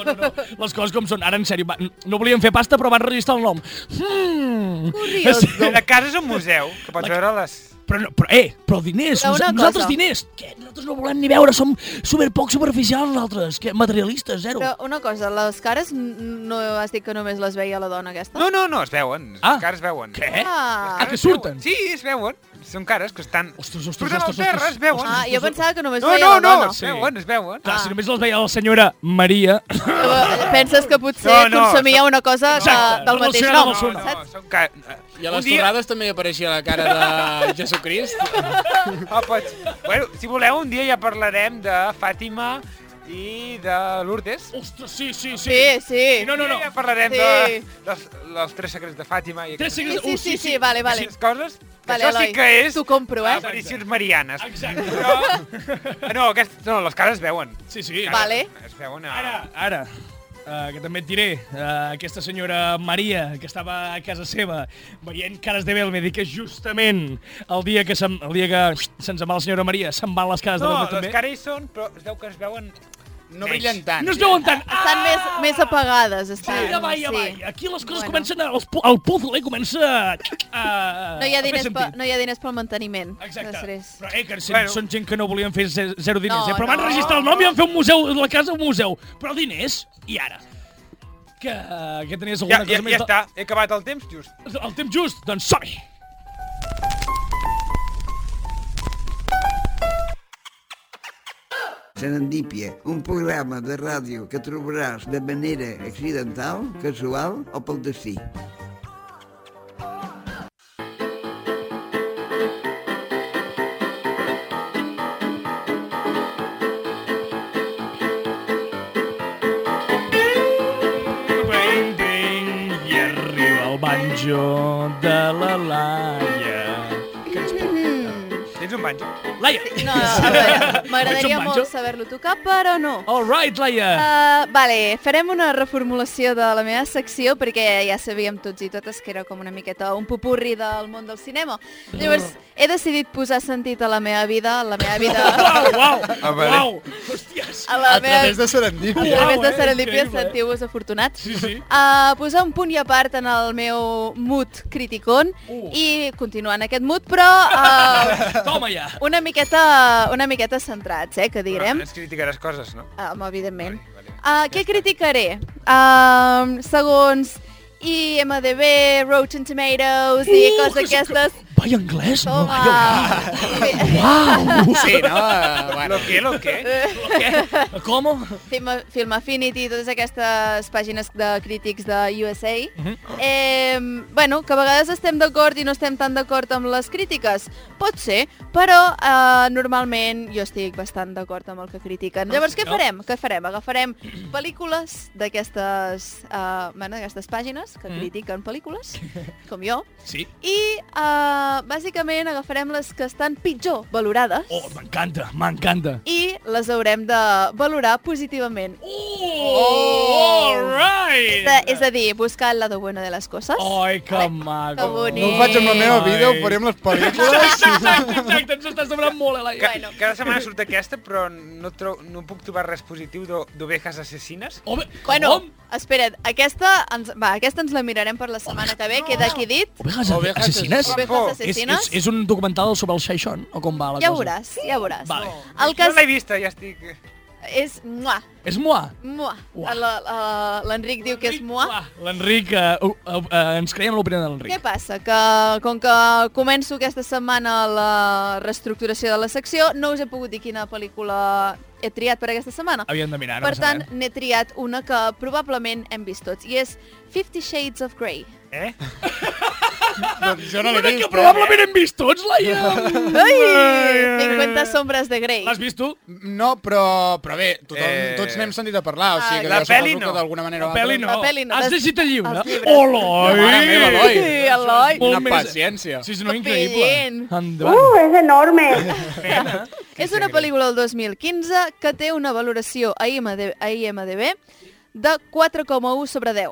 Speaker 1: no, no. Les coses com són. Ara, en sèrio, va, no volien fer pasta, però van registrar el nom. Hmm.
Speaker 3: Curiós,
Speaker 1: Sí,
Speaker 4: La casa és un museu, que pots veure les...
Speaker 1: Però, no, però, eh, però diners,
Speaker 3: Però
Speaker 1: nos,
Speaker 3: una
Speaker 1: nosaltres
Speaker 3: cosa.
Speaker 1: diners. Què? Nosaltres no volem ni veure, som super poc superficials nosaltres. Què? Materialistes, zero.
Speaker 3: Però una cosa, les cares n- no has dit que només les veia la dona aquesta?
Speaker 4: No, no, no, es veuen. Les
Speaker 1: Ah.
Speaker 4: cares es veuen.
Speaker 1: Què?
Speaker 3: Ah.
Speaker 1: Ah, que surten?
Speaker 4: Sí, es veuen. Són cares que estan...
Speaker 1: Ostres, ostres,
Speaker 4: surten
Speaker 1: ostres,
Speaker 4: al terra,
Speaker 1: ostres,
Speaker 4: es veuen.
Speaker 3: Ah, jo pensava que només
Speaker 4: No,
Speaker 3: veia
Speaker 4: no,
Speaker 3: la
Speaker 4: no,
Speaker 3: dona.
Speaker 4: es veuen, es veuen.
Speaker 3: ah.
Speaker 1: Clar, si només les veia la senyora Maria...
Speaker 3: Eh, Penses que potser
Speaker 4: No, no,
Speaker 3: consumia una cosa que,
Speaker 1: Exacte,
Speaker 3: del
Speaker 1: no
Speaker 3: mateix
Speaker 1: relacionada amb
Speaker 3: nom,
Speaker 1: el seu nom.
Speaker 3: saps?
Speaker 4: són ca...
Speaker 5: I a
Speaker 4: un
Speaker 5: les
Speaker 4: dia-
Speaker 5: torrades també apareixia la cara de Jesucrist.
Speaker 4: Ah, pots... Bueno, si voleu, un dia ja parlarem de Fàtima i de Lourdes.
Speaker 1: Ostres, sí, sí, sí.
Speaker 3: Sí, sí.
Speaker 1: No, no, no.
Speaker 4: Ja parlarem
Speaker 3: Sí.
Speaker 4: de, dels, dels tres secrets de Fàtima i
Speaker 1: Tres segles...
Speaker 4: aquestes
Speaker 1: uh,
Speaker 3: Sí, sí, sí, sí, vale, vale.
Speaker 4: aquestes coses. Que
Speaker 3: Vale,
Speaker 4: això sí
Speaker 3: Eloi,
Speaker 4: que és...
Speaker 3: t'ho compro, eh?
Speaker 4: Aparicions marianes.
Speaker 1: Exacte.
Speaker 4: Però... No, aquest... no, les cares es veuen.
Speaker 1: Sí, sí.
Speaker 3: Vale.
Speaker 4: Es veuen a...
Speaker 1: Ara, ara, uh, que també et diré, uh, aquesta senyora Maria, que estava a casa seva, veient cares de Belme, dir que justament el dia que, se, el dia que se'ns en va la senyora Maria, se'n van les cares
Speaker 4: No,
Speaker 1: de Belme
Speaker 4: les
Speaker 1: també.
Speaker 4: cares hi són, però es veu que es veuen...
Speaker 5: No brillen tant.
Speaker 1: No es veuen tant. Ah!
Speaker 3: Estan més, més apagades, estan.
Speaker 1: Ai, avall,
Speaker 3: sí.
Speaker 1: avall. Aquí les coses
Speaker 3: Bueno.
Speaker 1: comencen a... Els, pu- el puzzle eh, comença a... a
Speaker 3: No hi,
Speaker 1: a
Speaker 3: ha
Speaker 1: fer
Speaker 3: diners
Speaker 1: sentit.
Speaker 3: pel, no hi ha diners pel manteniment.
Speaker 1: Exacte.
Speaker 3: Després.
Speaker 1: Però eh, que
Speaker 4: Bueno.
Speaker 1: bueno. són gent que no volien fer ze- zero diners,
Speaker 3: No,
Speaker 1: eh? però van
Speaker 3: no.
Speaker 1: registrar el nom i van fer un museu, la casa un museu. Però diners, i ara? Que, que tenies
Speaker 4: Ja,
Speaker 1: alguna
Speaker 4: ja,
Speaker 1: cosa més...
Speaker 4: ja està, he acabat el temps just.
Speaker 1: està. El temps just, doncs som-hi!
Speaker 2: Serendípia, un programa de ràdio que trobaràs de manera accidental, casual o pel destí.
Speaker 1: Bing, bing, i arriba el banjo de la Laia.
Speaker 4: Tens un banjo.
Speaker 1: Laia!
Speaker 3: Mm. No, a veure,
Speaker 1: Ets
Speaker 3: m'agradaria
Speaker 1: un banjo?
Speaker 3: molt saber-lo tocar, però no.
Speaker 1: All right, Laia!
Speaker 3: Uh, vale, farem una reformulació de la meva secció perquè ja sabíem tots i totes que era com una miqueta un popurri del món del cinema. Llavors, he decidit posar sentit a la meva vida, a la meva vida...
Speaker 1: Uau, uau,
Speaker 5: A veure.
Speaker 1: uau! Hòsties!
Speaker 3: A la
Speaker 5: A través
Speaker 3: A
Speaker 5: de Serendipia.
Speaker 3: través
Speaker 1: Uau,
Speaker 3: de
Speaker 1: eh?
Speaker 3: Serendipia,
Speaker 1: Increïble, eh?
Speaker 3: sentiu-vos afortunats.
Speaker 1: Sí, sí.
Speaker 3: Uh, posar un punt i apart en el meu mood criticón
Speaker 1: Uh.
Speaker 3: i continuar en aquest mood, però uh,
Speaker 1: Toma ja!
Speaker 3: una miqueta, una miqueta centrats, eh, que direm. Eh,
Speaker 4: Ens criticaràs coses, no?
Speaker 3: Home, evidentment.
Speaker 4: Vale, vale.
Speaker 3: Uh, què criticaré? Um, segons IMDB, Rotten Tomatoes i
Speaker 1: Uh,
Speaker 3: coses
Speaker 1: que sí que-
Speaker 3: aquestes.
Speaker 1: Vai anglès, no?
Speaker 3: Toma!
Speaker 1: Uau!
Speaker 5: Sí,
Speaker 1: *laughs*
Speaker 5: no? Eh,
Speaker 4: Lo
Speaker 5: Bueno.
Speaker 4: que, lo que.
Speaker 5: *laughs*
Speaker 1: Com?
Speaker 3: Film, Film Affinity, totes aquestes pàgines de crítics de USA.
Speaker 1: Mhm.
Speaker 3: eh, bueno, que a vegades estem d'acord i no estem tan d'acord amb les crítiques. Pot ser, però eh, normalment jo estic bastant d'acord amb el que critiquen. Llavors, què
Speaker 1: Ah, no.
Speaker 3: farem? Què farem? Agafarem pel·lícules d'aquestes eh, bueno, d'aquestes pàgines
Speaker 1: Mhm.
Speaker 3: que critiquen pel·lícules, com jo,
Speaker 1: Sí.
Speaker 3: i eh, bàsicament agafarem les que estan pitjor valorades
Speaker 1: Oh, m'encanta, m'encanta.
Speaker 3: i les haurem de valorar positivament.
Speaker 1: Oh, all right!
Speaker 3: És a, és a dir, buscar el lado bueno de les coses.
Speaker 1: Ai, que maco.
Speaker 3: Que bonic.
Speaker 5: No ho faig amb la meva vida, ho faré amb les
Speaker 1: *laughs*
Speaker 5: pel·lícules.
Speaker 1: Exacte, exacte, ens estàs demanant molt, eh, Laia.
Speaker 4: Ca cada setmana surt aquesta, però no, tro no puc trobar res positiu d'o- d'ovejas assassines.
Speaker 1: Oh,
Speaker 3: Bueno,
Speaker 1: com?
Speaker 3: espera't, aquesta ens, va, aquesta ens la mirarem per la setmana que ve, queda aquí dit.
Speaker 1: Ovejas
Speaker 5: Ovejas
Speaker 1: assassines?
Speaker 5: assassines.
Speaker 4: Oh,
Speaker 3: Ovejas
Speaker 1: Oh, És,
Speaker 3: assassines.
Speaker 1: és, és un documental sobre el Xaixón, o com va la
Speaker 3: Ja ho
Speaker 1: cosa?
Speaker 3: veuràs, ja ho veuràs.
Speaker 1: Vale.
Speaker 3: El
Speaker 4: Jo
Speaker 3: cas
Speaker 4: l'he vista, ja estic... Eh?
Speaker 3: és mua,
Speaker 1: És moi.
Speaker 3: mua.
Speaker 1: Uah.
Speaker 3: La- la- L'Enric diu que és mua.
Speaker 1: L'Enric, eh, uh, uh, uh, ens creiem l'opinió de l'Enric.
Speaker 3: Què passa? Que com que començo aquesta setmana la reestructuració de la secció, no us he pogut dir quina pel·lícula he triat per aquesta setmana.
Speaker 1: Havíem de mirar, no
Speaker 3: Per
Speaker 1: passa
Speaker 3: tant,
Speaker 1: res.
Speaker 3: n'he triat una que probablement hem vist tots, i és Fifty Shades of Grey.
Speaker 4: Eh?
Speaker 5: Doncs jo no l'he
Speaker 1: Una que
Speaker 5: vist, però...
Speaker 1: probablement hem vist tots, Laia.
Speaker 3: Ai! 50 sombres de Grey.
Speaker 1: L'has vist tu?
Speaker 5: No, però, però bé, tothom,
Speaker 4: Eh.
Speaker 5: tots n'hem sentit a parlar, o
Speaker 1: Ah,
Speaker 5: sigui que
Speaker 4: La
Speaker 5: jo suposo
Speaker 4: peli no.
Speaker 5: que d'alguna manera o
Speaker 1: La
Speaker 5: altra-
Speaker 1: pel·li no.
Speaker 3: La peli no.
Speaker 1: Has
Speaker 3: Les-
Speaker 1: llegit el llibre?
Speaker 3: els llibres.
Speaker 1: Oloi!
Speaker 5: Mare meva, Eloi!
Speaker 3: Sí, Eloi.
Speaker 1: Molt
Speaker 5: Una
Speaker 1: més-
Speaker 5: paciència.
Speaker 1: Sí, sí, no, increïble.
Speaker 3: Brillant.
Speaker 1: Endavant.
Speaker 6: es enorme.
Speaker 3: És una pel·lícula del 2015 que té una valoració a IMDb, a IMDb de 4,1 sobre 10.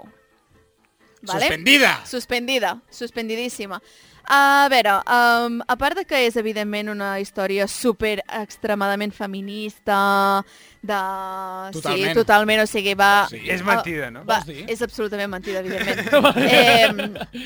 Speaker 5: Suspendida!
Speaker 3: Suspendida, suspendidíssima. A veure, um, a part de que és, evidentment, una història super extremadament feminista, de...
Speaker 5: Totalment.
Speaker 3: Sí, totalment, o sigui, va...
Speaker 5: Sí,
Speaker 4: és mentida, no?
Speaker 3: Va,
Speaker 1: Vols dir?
Speaker 3: és absolutament mentida, evidentment. eh,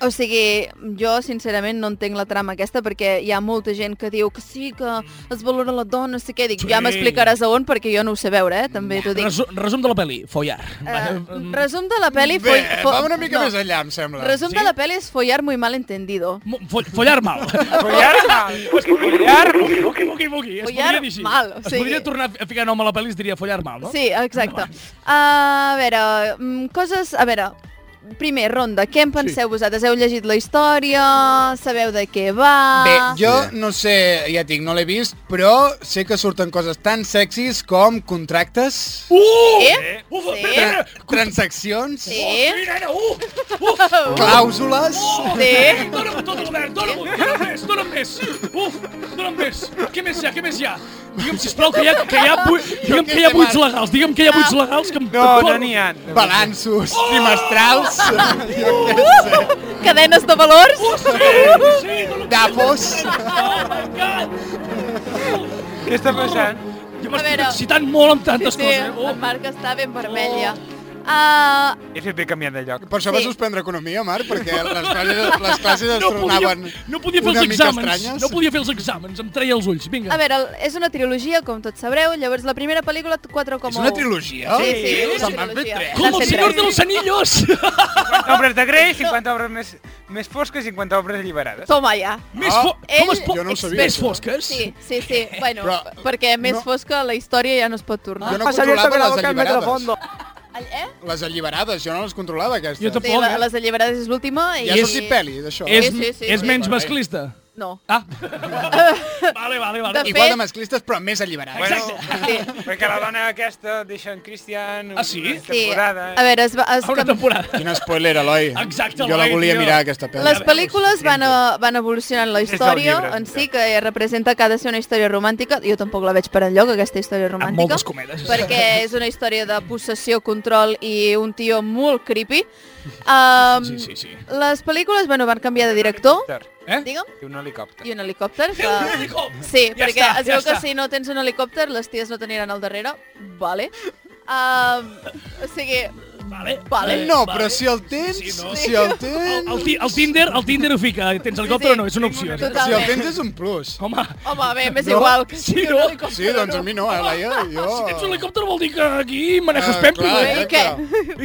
Speaker 3: o sigui, jo sincerament no entenc la trama aquesta perquè hi ha molta gent que diu que sí, que es valora la dona, no sé què. Dic,
Speaker 1: Sí.
Speaker 3: sí. ja m'explicaràs a on perquè jo no ho sé veure, eh? també t'ho dic.
Speaker 1: Resu resum de la pel·li, follar.
Speaker 3: Eh, resum de la pel·li...
Speaker 5: Bé,
Speaker 3: fo- fo-
Speaker 5: va una mica
Speaker 3: no.
Speaker 5: més enllà, em sembla.
Speaker 3: Resum de la pel·li és follar muy mal entendido.
Speaker 1: Mo- Fo follar mal.
Speaker 3: *laughs*
Speaker 4: Follar-me! Follar-me!
Speaker 1: Buqui, buqui, buqui. Es
Speaker 3: Follar
Speaker 1: podria dir així.
Speaker 3: mal, o
Speaker 1: Es
Speaker 3: sigui-
Speaker 1: podria tornar a ficar nom a la pel·li i es diria follar mal, no?
Speaker 3: Sí, exacte. A veure, mm, coses... A veure, primer, ronda, què en penseu sí. vosaltres? Heu llegit la història? Sabeu de què va?
Speaker 5: Bé,
Speaker 1: Ah.
Speaker 5: jo no sé, ja et dic, no l'he vist, però sé que surten coses tan sexis com contractes,
Speaker 1: Uh!
Speaker 3: Eh?
Speaker 1: Uf,
Speaker 3: Sí.
Speaker 1: espera, espera.
Speaker 5: transaccions,
Speaker 3: Sí.
Speaker 1: Oh, sí, nena, uh! Uf!
Speaker 5: clàusules...
Speaker 3: Sí.
Speaker 1: Dóna'm tot, Albert, dóna'm, dóna'm més, dóna'm més. Uf, dóna'm més. Què més hi ha, què més hi ha? Digue'm, sisplau, que hi ha, que hi ha, bui, digue'm que hi ha buits legals, digue'm que hi ha buits legals que em...
Speaker 4: No, no n'hi ha.
Speaker 5: balanços trimestrals, jo què sé,
Speaker 3: Cadenes de valors?
Speaker 5: Uh,
Speaker 1: Oh, sí, sí, dóna'm
Speaker 5: dapos...
Speaker 1: Oh, my God!
Speaker 4: Què està passant?
Speaker 1: Jo
Speaker 3: A
Speaker 1: m'estic
Speaker 3: veure.
Speaker 1: excitant molt amb tantes
Speaker 3: sí,
Speaker 1: coses, eh?
Speaker 3: la
Speaker 1: Oh.
Speaker 3: marca està ben vermella.
Speaker 5: Oh.
Speaker 3: Ah,
Speaker 4: He fet bé canviant de lloc.
Speaker 5: Per això sí. vas
Speaker 3: Sí.
Speaker 5: suspendre economia, Marc, perquè les classes, les classes es
Speaker 1: No podia,
Speaker 5: tornaven
Speaker 1: no podia fer
Speaker 5: una
Speaker 1: els
Speaker 5: mica
Speaker 1: exàmens,
Speaker 5: estranyes.
Speaker 1: no podia fer els exàmens, em treia els ulls, vinga.
Speaker 3: a veure, és una trilogia, com tots sabreu. Llavors, la primera pel·lícula, 4,1.
Speaker 5: És una trilogia?
Speaker 3: Sí, sí, és una
Speaker 5: Se'n van fer
Speaker 3: trilogia.
Speaker 5: tres.
Speaker 1: Com el
Speaker 3: Gràcies,
Speaker 1: senyor
Speaker 3: gràcies.
Speaker 1: dels
Speaker 5: *laughs*
Speaker 1: anillos!
Speaker 4: 50 obres de Grey, 50 obres més, més fosques, 50 obres alliberades.
Speaker 3: Toma ja.
Speaker 1: Més
Speaker 5: Ah,
Speaker 1: fo... Com es
Speaker 3: ell-
Speaker 1: pot...
Speaker 5: jo no ho sabia,
Speaker 1: Més
Speaker 5: això.
Speaker 1: fosques?
Speaker 3: Sí, sí, sí. Bueno,
Speaker 5: Però-
Speaker 3: perquè més
Speaker 5: no.
Speaker 3: fosca la història ja no es pot tornar.
Speaker 5: Jo no controlava les alliberades.
Speaker 3: All- Eh?
Speaker 5: Les alliberades, jo no les controlava, aquestes.
Speaker 1: Jo tampoc.
Speaker 3: Sí, la,
Speaker 1: eh?
Speaker 3: les alliberades és l'última.
Speaker 5: Ja
Speaker 3: i...
Speaker 5: ha sortit pel·li, d'això.
Speaker 1: És,
Speaker 3: Sí, sí, sí.
Speaker 1: és menys
Speaker 5: Vale.
Speaker 1: masclista?
Speaker 3: No. *laughs*
Speaker 1: Ah. vale, vale, vale.
Speaker 3: De
Speaker 1: I-
Speaker 3: fet-
Speaker 5: Igual de masclistes, però més alliberades.
Speaker 4: Bueno,
Speaker 3: Sí.
Speaker 4: perquè la dona aquesta deixa en Christian
Speaker 1: Ah, sí?
Speaker 4: una
Speaker 3: Sí.
Speaker 4: temporada.
Speaker 3: A veure, es va... Es
Speaker 1: A una
Speaker 3: cam-
Speaker 1: temporada.
Speaker 5: Quin spoiler, Eloi.
Speaker 1: Exacte,
Speaker 5: Jo la
Speaker 1: Eloi,
Speaker 5: volia
Speaker 1: tio.
Speaker 5: mirar, aquesta pel·li.
Speaker 3: Les pel·lícules van, a, van evolucionant la
Speaker 4: És del
Speaker 3: història
Speaker 4: llibre,
Speaker 3: en si,
Speaker 4: ja.
Speaker 3: que representa que ha de ser una història romàntica. Jo tampoc la veig per enlloc, aquesta història
Speaker 1: Amb
Speaker 3: romàntica.
Speaker 1: moltes comedes.
Speaker 3: perquè és una història de possessió, control i un tio molt creepy. Um,
Speaker 1: Sí, sí, sí.
Speaker 3: Les pel·lícules bueno, van canviar de director,
Speaker 1: Eh?
Speaker 3: digue'm,
Speaker 4: I un helicòpter.
Speaker 3: i un helicòpter. Que...
Speaker 1: Un helicòpter!
Speaker 3: Sí,
Speaker 1: Ja
Speaker 3: perquè
Speaker 1: està,
Speaker 3: es veu
Speaker 1: ja
Speaker 3: que
Speaker 1: està.
Speaker 3: si no tens un helicòpter, les ties no t'aniran al darrere. Vale. Um, o sigui,
Speaker 1: Vale.
Speaker 3: Vale.
Speaker 5: No, però si el tens,
Speaker 1: Sí, no?
Speaker 5: si el
Speaker 1: El,
Speaker 5: tens...
Speaker 1: el, ti- el Tinder, el Tinder ho fica. Tens helicòpter
Speaker 3: Sí,
Speaker 1: o no? És una opció.
Speaker 3: Totalment.
Speaker 5: Si el tens és un plus.
Speaker 1: Home,
Speaker 3: Home, bé, m'és
Speaker 5: No?
Speaker 3: igual que
Speaker 1: Sí,
Speaker 3: sigui un
Speaker 1: no?
Speaker 3: helicòpter
Speaker 5: Sí,
Speaker 3: o
Speaker 5: doncs a mi no, a Laia, jo...
Speaker 1: si tens un helicòpter vol dir que aquí manejes
Speaker 5: Oh. Ah,
Speaker 1: uh, pempi.
Speaker 5: clar,
Speaker 1: eh?
Speaker 3: I què?
Speaker 5: exacte.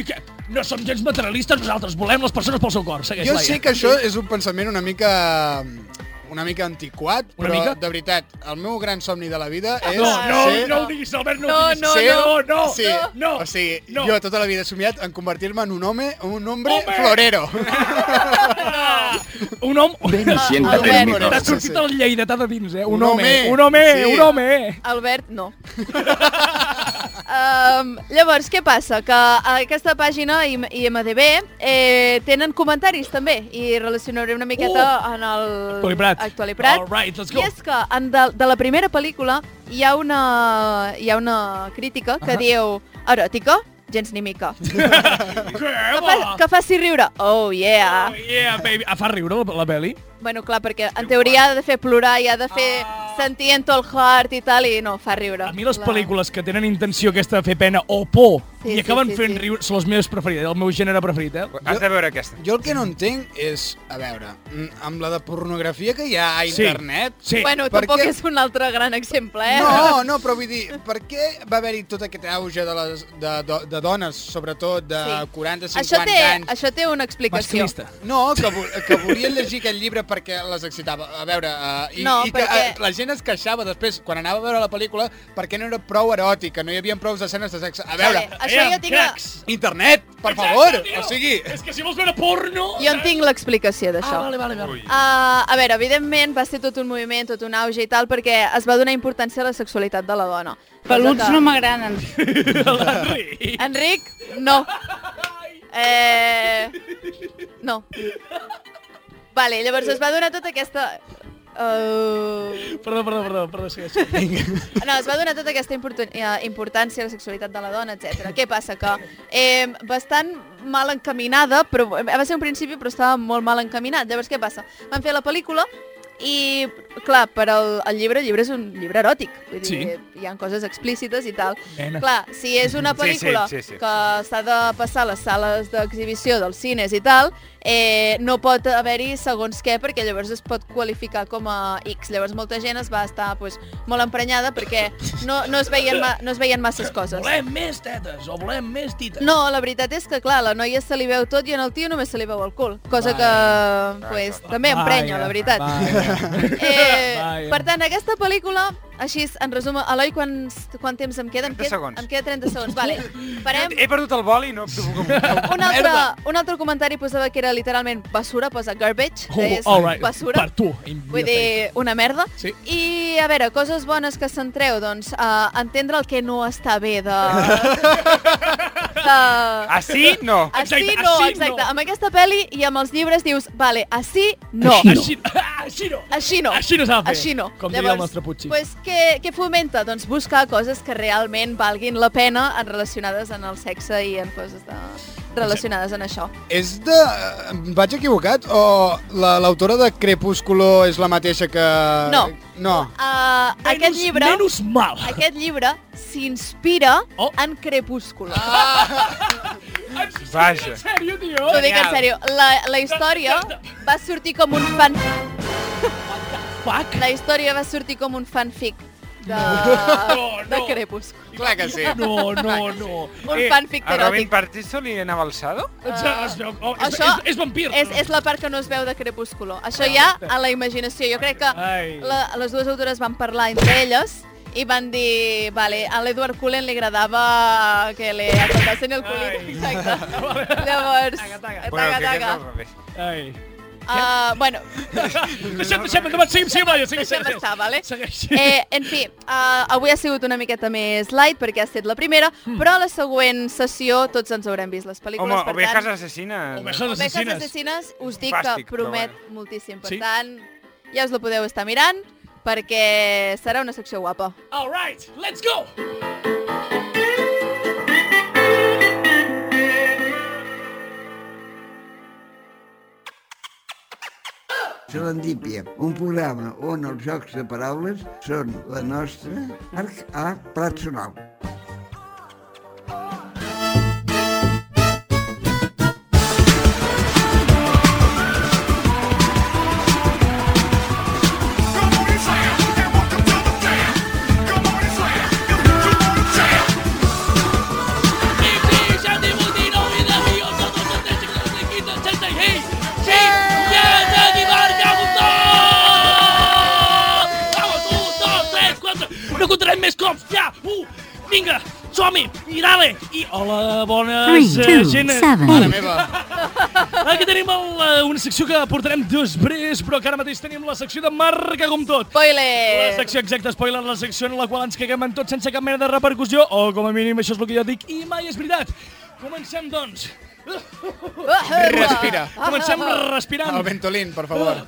Speaker 1: *laughs* I que no som gens materialistes, nosaltres volem les persones pel seu cor. Segueix,
Speaker 5: Jo
Speaker 1: Laia.
Speaker 5: sé que això és un pensament una mica una mica antiquat,
Speaker 1: Una
Speaker 5: però
Speaker 1: mica?
Speaker 5: de veritat, el meu gran somni de la vida és
Speaker 1: No, no,
Speaker 5: ser...
Speaker 1: no ho diguis, Albert, no, ho
Speaker 3: No,
Speaker 1: diguis.
Speaker 3: no,
Speaker 5: ser-
Speaker 1: no, no,
Speaker 5: sí,
Speaker 1: no,
Speaker 5: O sigui,
Speaker 1: no.
Speaker 5: jo tota la vida he somiat en convertir-me en un home, un hombre
Speaker 1: Home!
Speaker 5: florero. *laughs*
Speaker 1: Ah, un home... *laughs* Ven
Speaker 3: Ah, Albert,
Speaker 5: micro.
Speaker 1: T'ha sortit
Speaker 5: Sí, sí.
Speaker 1: el lleidatà de dins, eh? Un,
Speaker 5: Un
Speaker 1: home,
Speaker 5: home.
Speaker 1: un home,
Speaker 5: Sí.
Speaker 1: un home.
Speaker 3: Albert, no. *laughs* um, llavors, què passa? Que a aquesta pàgina i IMDB eh, tenen comentaris també i relacionaré una miqueta
Speaker 1: Uh!
Speaker 3: en el...
Speaker 1: Actualiprat.
Speaker 3: Actualiprat.
Speaker 1: All right, let's go.
Speaker 3: I és que en de, de la primera pel·lícula hi ha una, hi ha una crítica que uh -huh. diu eròtica, gens ni mica.
Speaker 1: Què
Speaker 3: Que, fa, que faci riure. Oh, yeah.
Speaker 1: Oh, yeah, baby. Ah, fa riure la, la peli?
Speaker 3: Bueno, clar, perquè en teoria ha de fer plorar i ha de fer
Speaker 1: Ah.
Speaker 3: sentir en tot el heart i tal, i no, fa riure.
Speaker 1: A mi les
Speaker 3: La-
Speaker 1: pel·lícules que tenen intenció aquesta de fer pena o por
Speaker 3: Sí,
Speaker 1: i
Speaker 3: sí,
Speaker 1: acaben
Speaker 3: sí,
Speaker 1: fent
Speaker 3: sí.
Speaker 1: riure són les meves preferides, el meu gènere preferit, eh?
Speaker 4: Has de veure aquesta.
Speaker 5: Jo el que no entenc és, a veure, mm, amb la de pornografia que hi ha a
Speaker 1: Sí.
Speaker 5: internet...
Speaker 1: Sí.
Speaker 3: Bueno,
Speaker 5: Per
Speaker 3: tampoc
Speaker 5: què?
Speaker 3: és un altre gran exemple, eh?
Speaker 5: No, no, però vull dir, per què va haver-hi tot aquest auge de, les, de, de, de dones, sobretot de
Speaker 3: Sí.
Speaker 5: 40, 50
Speaker 3: això té,
Speaker 5: anys?
Speaker 3: Això té una explicació.
Speaker 1: Masclista.
Speaker 5: No, que, vo que volien llegir aquest llibre perquè les excitava. A veure, uh, i,
Speaker 3: No,
Speaker 5: i que
Speaker 3: perquè-
Speaker 5: uh, la gent es queixava després, quan anava a veure la pel·lícula, perquè no era prou eròtica, no hi havia prou escenes de sexe. A veure,
Speaker 3: Vale, això jo
Speaker 1: Aviam,
Speaker 3: tinc la...
Speaker 1: cracs.
Speaker 5: internet, per
Speaker 1: Exacte,
Speaker 5: favor!
Speaker 1: tio.
Speaker 5: O sigui,
Speaker 1: És que si vols veure porno...
Speaker 3: Jo en tinc l'explicació
Speaker 1: Ah,
Speaker 3: d'això.
Speaker 1: vale, vale, vale.
Speaker 4: Ui.
Speaker 3: Uh, a veure, evidentment va ser tot un moviment, tot un auge i tal, perquè es va donar importància a la sexualitat de la dona.
Speaker 6: Peluts no m'agraden.
Speaker 1: L'Enric.
Speaker 3: Enric, no. Eh... No. Vale, llavors es va donar tota aquesta... Uh...
Speaker 1: Perdó, perdó, perdó, perdó, sí, sí.
Speaker 3: *laughs* No, es va donar tota aquesta importu- eh, importància a la sexualitat de la dona, etc. Què passa? Que eh, bastant mal encaminada, però eh, va ser un principi però estava molt mal encaminat. Llavors què passa? Van fer la pel·lícula i, clar, per al el llibre, el llibre és un llibre eròtic. Vull dir,
Speaker 1: Sí.
Speaker 3: sí. hi ha coses explícites i tal.
Speaker 1: Nena.
Speaker 3: Clar, si és una
Speaker 4: Sí, sí,
Speaker 3: pel·lícula
Speaker 4: sí, sí.
Speaker 3: que Eh, s'ha de passar a les sales d'exhibició dels cines i tal, eh, no pot haver-hi segons què, perquè llavors es pot qualificar com a X. Llavors molta gent es va estar pues, molt emprenyada perquè no, no, es veien ma, no es veien masses coses.
Speaker 1: Volem més tetes o volem més tites.
Speaker 3: No, la veritat és que, clar, a la noia se li veu tot i en el tio només se li veu el cul. Cosa
Speaker 5: Vaja.
Speaker 3: que, pues, també emprenya, la veritat. Eh,
Speaker 1: Vaja.
Speaker 3: per tant, aquesta pel·lícula, així és, en resum, Eloi, quant, quant temps em queda? Em
Speaker 4: 30
Speaker 3: queda,
Speaker 4: segons.
Speaker 3: Em queda 30 segons, vale. Parem.
Speaker 4: He perdut el boli i no...
Speaker 3: Un altre, un altre comentari posava que era literalment basura, posa garbage,
Speaker 1: Oh,
Speaker 3: eh, és
Speaker 1: all right.
Speaker 3: basura.
Speaker 1: Per tu. in your
Speaker 3: Vull dir, una merda.
Speaker 1: Sí.
Speaker 3: I, a veure, coses bones que se'n treu, doncs, uh, entendre el que no està bé de...
Speaker 1: *laughs*
Speaker 3: de...
Speaker 4: Així Ah, no.
Speaker 3: Així
Speaker 1: Exacte,
Speaker 3: no,
Speaker 1: així
Speaker 3: exacte.
Speaker 1: no.
Speaker 3: Amb aquesta pel·li i amb els llibres dius, vale, així no.
Speaker 1: face. Així, així no.
Speaker 3: Així no.
Speaker 1: Així no s'ha de fer.
Speaker 3: Així no.
Speaker 1: Com diria el nostre Puigsi.
Speaker 3: Pues, què, què fomenta? Doncs buscar coses que realment valguin la pena en relacionades en el sexe i en coses de... relacionades en això.
Speaker 5: És de... em Vaig equivocat? O la- l'autora de Crepúsculo és la mateixa que...
Speaker 3: No.
Speaker 5: No.
Speaker 3: Uh, aquest llibre...
Speaker 1: Menys mal.
Speaker 3: Aquest llibre s'inspira
Speaker 1: Oh.
Speaker 3: en Crepúsculo.
Speaker 4: Vaja.
Speaker 1: En sèrio, tio?
Speaker 3: T'ho dic en sèrio. La, la història va sortir com un fan...
Speaker 1: Fuck.
Speaker 3: La història va sortir com un fanfic de,
Speaker 1: No, no. Eh,
Speaker 3: de Crepúsculo.
Speaker 5: Clar que sí.
Speaker 1: No, no, no.
Speaker 3: *laughs* Un fanfic
Speaker 4: a Eh, Robin
Speaker 3: eròtic.
Speaker 4: Pattinson li anava alçado?
Speaker 1: Això, oh, és,
Speaker 3: Ah. Això
Speaker 1: és, és vampir.
Speaker 3: És, és la part que no es veu de Crepúsculo. Això ja a la imaginació. Jo crec que
Speaker 1: Ai.
Speaker 3: la, les dues autores van parlar entre elles i van dir, vale, a l'Edward Cullen li agradava que li acordassen el culit.
Speaker 1: Ai.
Speaker 3: Exacte.
Speaker 1: *laughs*
Speaker 3: Llavors,
Speaker 1: Taca, taca.
Speaker 3: taca, taca.
Speaker 1: Ai.
Speaker 3: Uh, bueno,
Speaker 1: Deixa'm, deixa'm, acabat. Seguim, seguim, Laia. Seguim,
Speaker 3: deixem
Speaker 1: seguim.
Speaker 3: estar, vale?
Speaker 1: Segueix.
Speaker 3: Eh, en fi, uh, avui ha sigut una miqueta més light perquè ha estat la primera,
Speaker 1: Hmm.
Speaker 3: però a la següent sessió tots ens haurem vist les pel·lícules,
Speaker 4: Home,
Speaker 3: per
Speaker 4: ovejas
Speaker 3: tant...
Speaker 4: assassines.
Speaker 1: Ovejas
Speaker 3: Ovejas
Speaker 1: assassines.
Speaker 3: assassines, us dic
Speaker 4: Fàstic,
Speaker 3: que
Speaker 4: però
Speaker 3: promet
Speaker 4: bueno.
Speaker 3: moltíssim. Per
Speaker 1: Sí?
Speaker 3: tant, ja us la podeu estar mirant perquè serà una secció guapa.
Speaker 1: All right, let's go.
Speaker 2: Serendípia, un programa on els jocs de paraules són la nostra arc a plat sonor.
Speaker 1: No contarem més cops, ja! Uh, vinga, som-hi, i dale! I hola, bones
Speaker 7: 3,
Speaker 1: eh,
Speaker 7: 2,
Speaker 1: gent.
Speaker 7: 7.
Speaker 5: Mare meva.
Speaker 1: Aquí tenim el, eh, una secció que portarem després, però que ara mateix tenim la secció de marca com tot.
Speaker 4: Eh,
Speaker 1: La
Speaker 3: Spoiler!
Speaker 1: secció exacta, spoiler, la secció en la qual ens caguem en tot sense cap mena de repercussió, o com a mínim això és el que jo dic, i mai és veritat. Comencem, doncs.
Speaker 5: Respira.
Speaker 4: Ah,
Speaker 1: Comencem respirant. Oh,
Speaker 5: El Ventolin, per favor.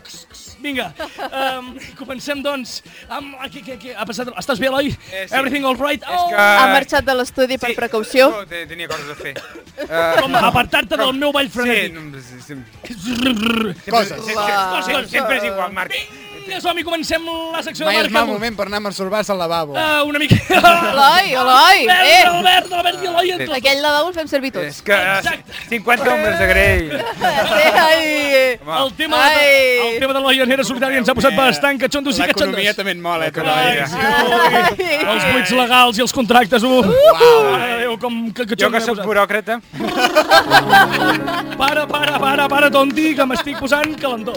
Speaker 1: Vinga, um, comencem, doncs, amb... Què, què, què ha passat? Estàs bé, Eloi?
Speaker 4: Eh, sí.
Speaker 1: Everything all right? Oh,
Speaker 4: És que...
Speaker 3: Ha marxat de l'estudi per precaució.
Speaker 4: No, te- tenia coses a fer.
Speaker 3: *laughs*
Speaker 4: Eh,
Speaker 1: Com apartar-te del meu ball
Speaker 4: Sí,
Speaker 1: frenètic. Ah,
Speaker 4: no, sí, sí.
Speaker 1: Vinga,
Speaker 5: Coses.
Speaker 4: Sempre,
Speaker 3: Va.
Speaker 4: sempre, sempre és igual, Marc.
Speaker 1: doncs, eh, som-hi, comencem la secció
Speaker 5: Mai
Speaker 1: de
Speaker 5: és mal
Speaker 1: marca.
Speaker 5: moment per anar a masturbar-se al lavabo.
Speaker 1: Uh, una
Speaker 4: *laughs*
Speaker 1: mica... Eloi,
Speaker 3: Eloi, Eloi, eh!
Speaker 1: Albert, Albert, Albert i Eloi. entre-
Speaker 3: Aquell lavabo el fem servir
Speaker 4: És
Speaker 3: tots.
Speaker 4: que... eh,
Speaker 1: Exacte.
Speaker 4: 50 ombres de Grey.
Speaker 3: Ai!
Speaker 4: Home,
Speaker 1: El tema,
Speaker 3: Ai.
Speaker 1: de, el tema de la llanera solidària ens ha posat bastant catxondos i
Speaker 5: L'economia
Speaker 1: catxondos.
Speaker 5: també en mola, eh,
Speaker 4: Ai,
Speaker 5: també.
Speaker 4: sí.
Speaker 1: Els buits legals i els contractes. Uh, uh, Adéu, com que
Speaker 4: Uhuh. Jo
Speaker 1: catxondos
Speaker 4: que
Speaker 1: m'he
Speaker 4: sóc
Speaker 1: posat.
Speaker 4: buròcrata,
Speaker 1: Para, para, para, para, tonti, que m'estic posant calentó.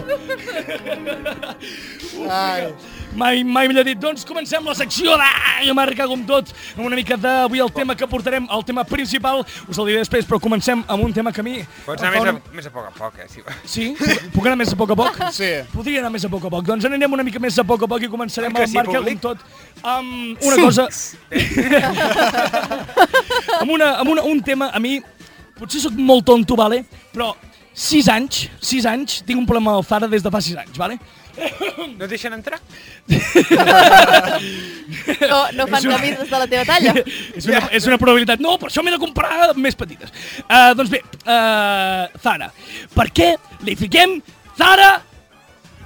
Speaker 5: Ai.
Speaker 1: Mai, mai millor dit. Doncs comencem la secció de marca com tot. Amb una mica d'avui el tema que portarem, el tema principal, us el diré després, però comencem amb un tema que a mi...
Speaker 4: pots
Speaker 1: em
Speaker 4: anar
Speaker 1: fa
Speaker 4: més doncs a,
Speaker 1: una-
Speaker 4: més a poc a poc, eh? Si...
Speaker 1: Sí? Puc anar més a poc a poc?
Speaker 5: *laughs* Sí.
Speaker 1: Podria anar més a poc a poc. Doncs anirem una mica més a poc a poc i començarem
Speaker 4: Ah, Que
Speaker 1: amb
Speaker 4: sí,
Speaker 1: Marca
Speaker 4: públic?
Speaker 1: com tot. Amb una
Speaker 4: *laughs*
Speaker 1: cosa... amb una, amb una, un tema, a mi... Potser sóc molt tonto, vale? però 6 anys, 6 anys, tinc un problema al Zara des de fa 6 anys, vale?
Speaker 4: No et deixen entrar?
Speaker 3: No, no fan camises de la teva talla.
Speaker 1: és, una, és una probabilitat. No, per això m'he de comprar més petites. Uh, doncs bé, uh, Zara, per què li fiquem Zara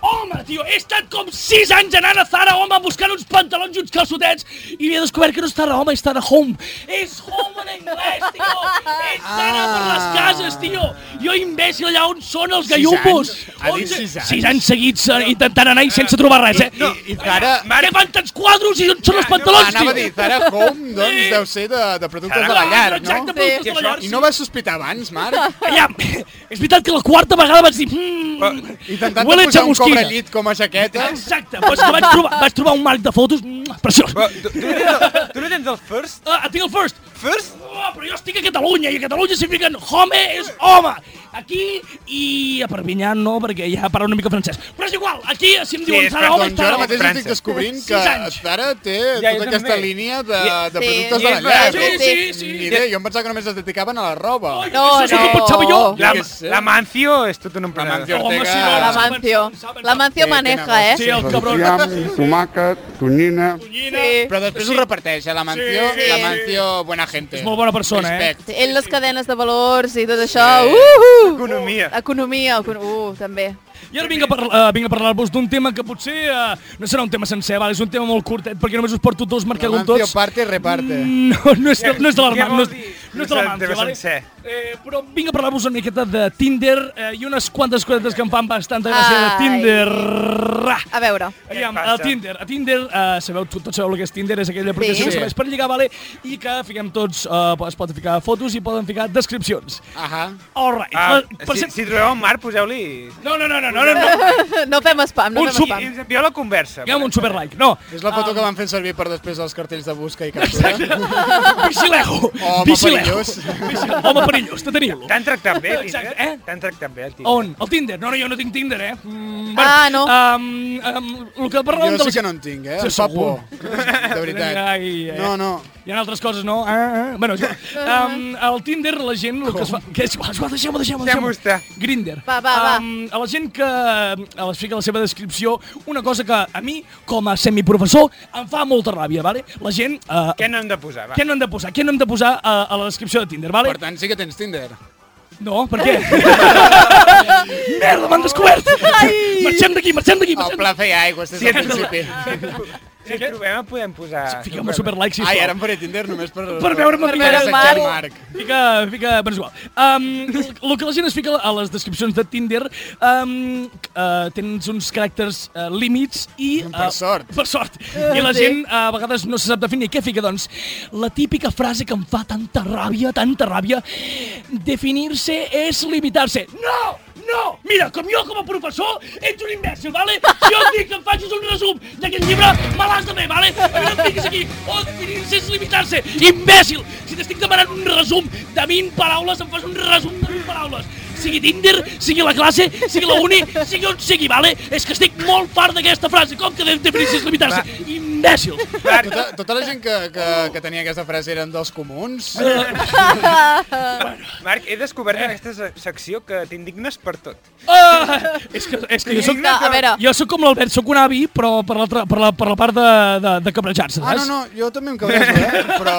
Speaker 1: Home, tio, he estat com 6 anys anant a Zara, home, buscant uns pantalons i uns calçotets i he descobert que no és Zara, home, és Zara Home. És Home en anglès, tio! És Zara ah. per les cases, tio! Jo, imbècil, allà on són els
Speaker 5: Sis
Speaker 1: gallumbos?
Speaker 5: anys? Ha dit
Speaker 1: Onze-
Speaker 5: sis anys?
Speaker 1: Sis anys seguits eh, intentant anar i sense trobar res, eh?
Speaker 5: No, i Zara...
Speaker 1: Què fan tants quadros i on són els pantalons, tio?
Speaker 5: Anava a dir, Zara Home, doncs,
Speaker 1: Sí.
Speaker 5: deu ser de, de productes
Speaker 3: Ah,
Speaker 4: Zara
Speaker 5: de la
Speaker 1: Home,
Speaker 5: llar,
Speaker 1: Exacte,
Speaker 5: no?
Speaker 1: productes de
Speaker 3: Sí.
Speaker 1: la llar,
Speaker 5: I
Speaker 1: sí.
Speaker 5: no vas sospitar abans,
Speaker 1: *laughs*
Speaker 5: Marc?
Speaker 1: Allà, és veritat que la quarta vegada vaig dir... Mm,
Speaker 5: Intentant
Speaker 1: huele
Speaker 5: de posar un
Speaker 1: chamusquina.
Speaker 5: cobre llit eh? com a jaqueta. Doncs
Speaker 1: Exacte, però és que vaig trobar, vaig trobar un marc de fotos mm, preciós.
Speaker 4: Però, tu, tu, no tens el, tu no tens el first?
Speaker 1: Ah, tinc el first.
Speaker 4: First?
Speaker 1: Oh, però jo estic a Catalunya i a Catalunya s'hi fiquen home és home. Aquí i a Perpinyà no, perquè ja parla una mica francès. Però és igual, aquí si em diuen
Speaker 4: és
Speaker 1: Sara home,
Speaker 5: Doncs jo
Speaker 1: Sara
Speaker 5: ara
Speaker 1: home.
Speaker 5: mateix
Speaker 4: França.
Speaker 5: estic descobrint
Speaker 1: Sis
Speaker 5: que
Speaker 1: anys.
Speaker 5: Zara té
Speaker 4: Ja, jo
Speaker 5: tota aquesta
Speaker 4: també.
Speaker 5: línia de, de
Speaker 3: Sí.
Speaker 5: productes
Speaker 3: I
Speaker 5: de
Speaker 4: és
Speaker 5: la llar.
Speaker 1: Sí,
Speaker 4: veritat.
Speaker 1: sí, sí.
Speaker 5: Ni idea, jo em pensava que només es dedicaven a la roba.
Speaker 1: Això és el que
Speaker 3: no.
Speaker 1: pensava jo.
Speaker 5: Jo
Speaker 4: La,
Speaker 5: què sé.
Speaker 4: la Mancio és tot un emprenedor.
Speaker 5: Mancio.
Speaker 1: Home,
Speaker 5: Ortega.
Speaker 1: si no,
Speaker 3: La
Speaker 1: no,
Speaker 3: Mancio.
Speaker 1: saben- saben-
Speaker 3: La Mancio
Speaker 5: Sí,
Speaker 3: maneja,
Speaker 5: tenen-
Speaker 3: eh?
Speaker 1: Sí, el cabron.
Speaker 7: Fiam, tomàquet, tonyina...
Speaker 1: Tonyina.
Speaker 3: Sí.
Speaker 5: Però després ho reparteix, eh? La Mancio,
Speaker 1: Sí.
Speaker 5: la Mancio, buena gente.
Speaker 1: És molt bona persona, eh?
Speaker 5: Respect.
Speaker 3: Sí, Ell, les cadenes de valors i tot això. Uh -huh.
Speaker 4: Economia.
Speaker 3: Economia, econ- uh, també.
Speaker 1: I ara vinc a, parla- eh, vinc a parlar-vos d'un tema que potser eh, no serà un tema sencer, val? és un tema molt curtet, perquè només us porto dos
Speaker 5: La
Speaker 1: marcagons
Speaker 5: Mancio
Speaker 1: tots. Mm.
Speaker 5: parte i reparte.
Speaker 1: No, no és, de, no és de
Speaker 4: Què
Speaker 1: l'armat,
Speaker 4: vol
Speaker 1: no és,
Speaker 4: dir?
Speaker 1: no és de la
Speaker 4: No és de
Speaker 1: mància, vale?
Speaker 4: sencer.
Speaker 1: Eh, però vinc a parlar-vos una miqueta de Tinder eh, i unes quantes cosetes que em fan bastanta gràcia de
Speaker 3: Ai.
Speaker 1: Tinder.
Speaker 3: A veure. *laughs*
Speaker 1: Aviam,
Speaker 4: Què passa?
Speaker 1: a Tinder, a Tinder, uh, sabeu, tu- tots sabeu el que és Tinder, és aquella
Speaker 3: Sí.
Speaker 1: aplicació
Speaker 5: Sí.
Speaker 1: que serveix per lligar, vale? I que fiquem tots, uh, es pot ficar fotos i poden ficar descripcions.
Speaker 5: Ahà.
Speaker 1: All right.
Speaker 4: Ah,
Speaker 1: per, per
Speaker 4: si,
Speaker 1: cert-
Speaker 4: si trobeu en Marc, poseu-li...
Speaker 1: No, no, no, no, no, no, no.
Speaker 3: No fem spam, no
Speaker 1: Un
Speaker 3: fem
Speaker 1: suc-
Speaker 4: I
Speaker 3: spam.
Speaker 4: ens envieu la conversa.
Speaker 1: Fiquem un super like, no.
Speaker 5: És la foto que van fent servir per després els cartells de busca i captura.
Speaker 1: Vigilejo.
Speaker 5: Home,
Speaker 1: Vigilejo.
Speaker 5: perillós.
Speaker 1: Vigile- Home perillós, de tenir-lo.
Speaker 4: T'han tractat bé, Tinder?
Speaker 1: Exacte, eh?
Speaker 4: T'han tractat bé, el tio.
Speaker 1: On? El Tinder? No, no, jo no tinc Tinder, eh? Mm,
Speaker 3: Ah, no.
Speaker 1: Um, um, el que parlàvem
Speaker 5: Jo sí
Speaker 1: de les-
Speaker 5: que no en tinc, eh?
Speaker 1: Sí,
Speaker 5: Em fa por.
Speaker 1: segur.
Speaker 5: De veritat.
Speaker 1: Ai, ai,
Speaker 5: No, no.
Speaker 1: Hi ha altres coses, no? Ah, ah. Bueno, és igual. um, al Tinder la gent el que es fa... Que és igual, és igual, deixem-ho, deixem-ho.
Speaker 4: Deixem-ho
Speaker 1: deixem-ho.
Speaker 4: estar.
Speaker 1: Grinder.
Speaker 3: Va, va, va.
Speaker 1: Um, a la gent que eh, es fica a la seva descripció una cosa que a mi, com a semiprofessor, em fa molta ràbia, vale? La gent... Uh,
Speaker 4: Què no hem de posar, va?
Speaker 1: què no hem de posar? Què no hem de posar a, a la descripció de Tinder, vale?
Speaker 5: Per tant, sí que tens Tinder.
Speaker 1: No, per què? Merda, m'han descobert! Marxem d'aquí, marxem d'aquí,
Speaker 5: El
Speaker 1: marxem
Speaker 5: pla feia aigües des del
Speaker 4: Sí,
Speaker 5: principi.
Speaker 4: Si ens trobem, en podem posar...
Speaker 1: d'aquí. Fiquem un super like, sisplau.
Speaker 5: Ai, ara em faré Tinder només per...
Speaker 1: Per veure'm a mi.
Speaker 5: veure
Speaker 3: Per
Speaker 5: Marc.
Speaker 3: veure el
Speaker 5: Marc.
Speaker 1: Fica, fica, però és igual. Um, el que la gent es fica a les descripcions de Tinder, um, uh, tens uns caràcters uh, límits i... Uh,
Speaker 5: Per sort.
Speaker 1: Per sort. I la
Speaker 3: sí.
Speaker 1: gent uh, a vegades no se sap definir què fica, doncs. La típica frase que em fa tanta ràbia, tanta ràbia, definir-se és limitar-se. No! No! Mira, com jo, com a professor, ets un imbècil, vale? Si jo et dic que em facis un resum d'aquest llibre, me l'has de fer, vale? A mi no em diguis aquí, oh, definir-se és limitar-se. Imbècil! Si t'estic demanant un resum de 20 paraules, em fas un resum de 20 paraules. Sigui Tinder, sigui la classe, sigui la uni, sigui on sigui, vale? És que estic molt fart d'aquesta frase. Com que de- definir-se és limitar-se? Imbècil!
Speaker 5: Tota, tota la gent que, que, que tenia aquesta frase eren dels comuns.
Speaker 1: Ah,
Speaker 4: Marc, he descobert
Speaker 1: Eh.
Speaker 4: en aquesta se- secció que t'indignes per tot.
Speaker 1: Ah, és que, és que jo soc...
Speaker 3: Que, a veure,
Speaker 1: Jo sóc com l'Albert, sóc un avi, però per, l'altra- per, la, per la part de, de, de cabrejar-se,
Speaker 5: Ah,
Speaker 1: saps?
Speaker 5: no, no, jo també em cabrejo, eh? Però,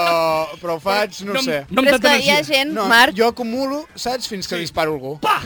Speaker 5: però ho faig, no,
Speaker 1: no,
Speaker 5: ho sé.
Speaker 1: No em
Speaker 3: però és
Speaker 1: tanta
Speaker 3: que hi ha
Speaker 1: energia.
Speaker 3: gent,
Speaker 5: No,
Speaker 3: Marc,
Speaker 5: jo acumulo, saps, fins que disparo algú.
Speaker 1: Ah,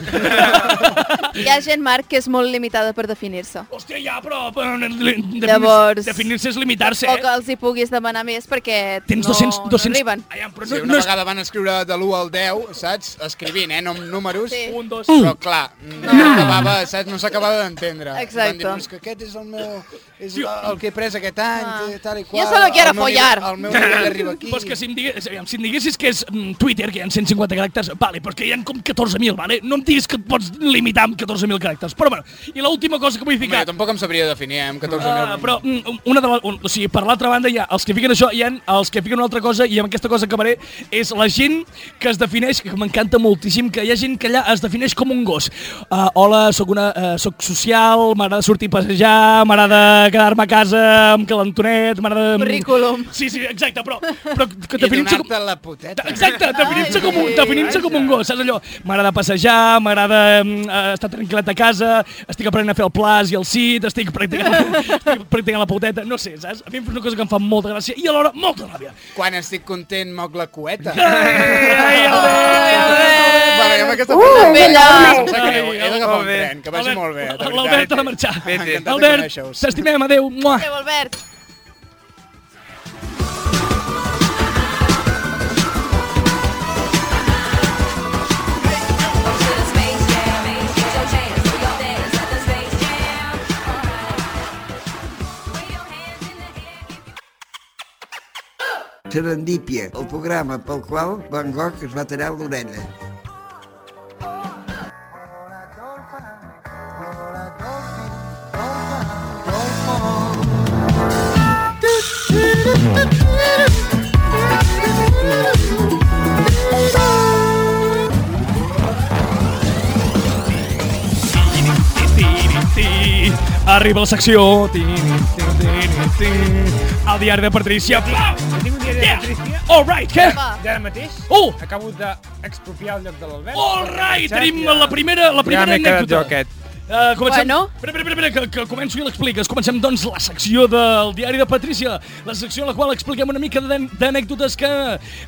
Speaker 3: hi ha gent, Marc, que és molt limitada per definir-se.
Speaker 1: Hòstia, ja, però... però definir-
Speaker 3: Llavors-
Speaker 1: Definir-se és limitar-se,
Speaker 3: O que
Speaker 1: eh?
Speaker 3: els hi puguis demanar més perquè
Speaker 1: Tens
Speaker 3: no,
Speaker 1: 200... 200...
Speaker 3: no arriben.
Speaker 1: Aviam, però
Speaker 5: Sí,
Speaker 1: no,
Speaker 5: una
Speaker 1: no és...
Speaker 5: vegada van escriure de l'1 al 10, saps? Escrivint, eh? No amb números.
Speaker 3: Sí.
Speaker 1: Un, dos... Uh.
Speaker 5: Però, clar, Mm. no s'acabava, saps? No s'acabava d'entendre.
Speaker 3: Exacte.
Speaker 5: Van dir, "No, és que aquest és el meu... És el que he pres aquest any,
Speaker 3: Ah.
Speaker 5: tal i
Speaker 3: Jo
Speaker 5: qual.
Speaker 3: solo quiero
Speaker 5: el meu
Speaker 3: follar."
Speaker 5: nivell- El meu nivell arriba aquí.
Speaker 1: Però és que si em, digués, aviam, si em diguessis que és mm, Twitter, que hi ha 150 caràcters, vale, però és que hi ha com 14.000, vale? No em diguis que et pots limitar amb 14.000 caràcters. Però bueno, i l'última cosa que vull
Speaker 5: Home,
Speaker 1: ficar...
Speaker 5: jo tampoc em sabria definir, eh? Amb 14
Speaker 1: Uh, però mm, una de la, un, o sigui, per l'altra banda hi ha els que fiquen això, hi ha els que fiquen una altra cosa i amb aquesta cosa acabaré, és la gent que es defineix, que m'encanta moltíssim, que hi ha gent que allà es defineix Eh, com un gos. Uh, hola, sóc una, uh, sóc social, m'agrada sortir a passejar, m'agrada quedar-me a casa amb calentonet, m'agrada... mm.
Speaker 3: Currículum.
Speaker 1: Sí, sí, exacte, però, però que
Speaker 5: *laughs* I
Speaker 1: definint-se com...
Speaker 5: donar-te la puteta.
Speaker 1: Exacte, definint-se com, un, definint com un gos, saps allò? M'agrada passejar, m'agrada mm, eh, estar tranquil·let a casa, estic aprenent a fer el plas i el cit, estic practicant, estic practicant la poteta, no sé, saps? A mi em fa una cosa que em fa molta gràcia i alhora molta ràbia.
Speaker 5: Quan estic content, moc la *laughs* cueta.
Speaker 1: Ai, ai, Albert!
Speaker 5: Vale, amb aquesta
Speaker 3: Una vella.
Speaker 5: Em sap greu, he d'agafar
Speaker 4: Molt
Speaker 5: un
Speaker 4: bé.
Speaker 5: tren, que vagi molt bé. de veritat.
Speaker 1: L'Albert ha de marxar.
Speaker 4: Vete. Encantat
Speaker 5: de
Speaker 1: Albert,
Speaker 5: conèixer-vos.
Speaker 1: t'estimem, adeu. Mua.
Speaker 3: Adéu, Albert.
Speaker 2: Serendípia, el programa pel qual Van Gogh es va tallar l'orella.
Speaker 1: Ti. Arriba la secció. Ti, ni, ti, ti, ni, ti. El diari de Patricia Blau.
Speaker 4: Tinc un diari de Patricia.
Speaker 1: All right, què?
Speaker 3: Va.
Speaker 4: I ara mateix
Speaker 1: Oh!
Speaker 4: acabo d'expropiar el lloc de l'Albert.
Speaker 1: All right, tenim la primera, la primera
Speaker 4: Ja m'he quedat
Speaker 1: anècdota.
Speaker 4: jo aquest.
Speaker 1: Uh, comencem...
Speaker 3: Bueno.
Speaker 1: Espera, espera, espera, que, que començo i l'expliques. Comencem, doncs, la secció del diari de Patrícia, la secció en la qual expliquem una mica d'an- d'anècdotes que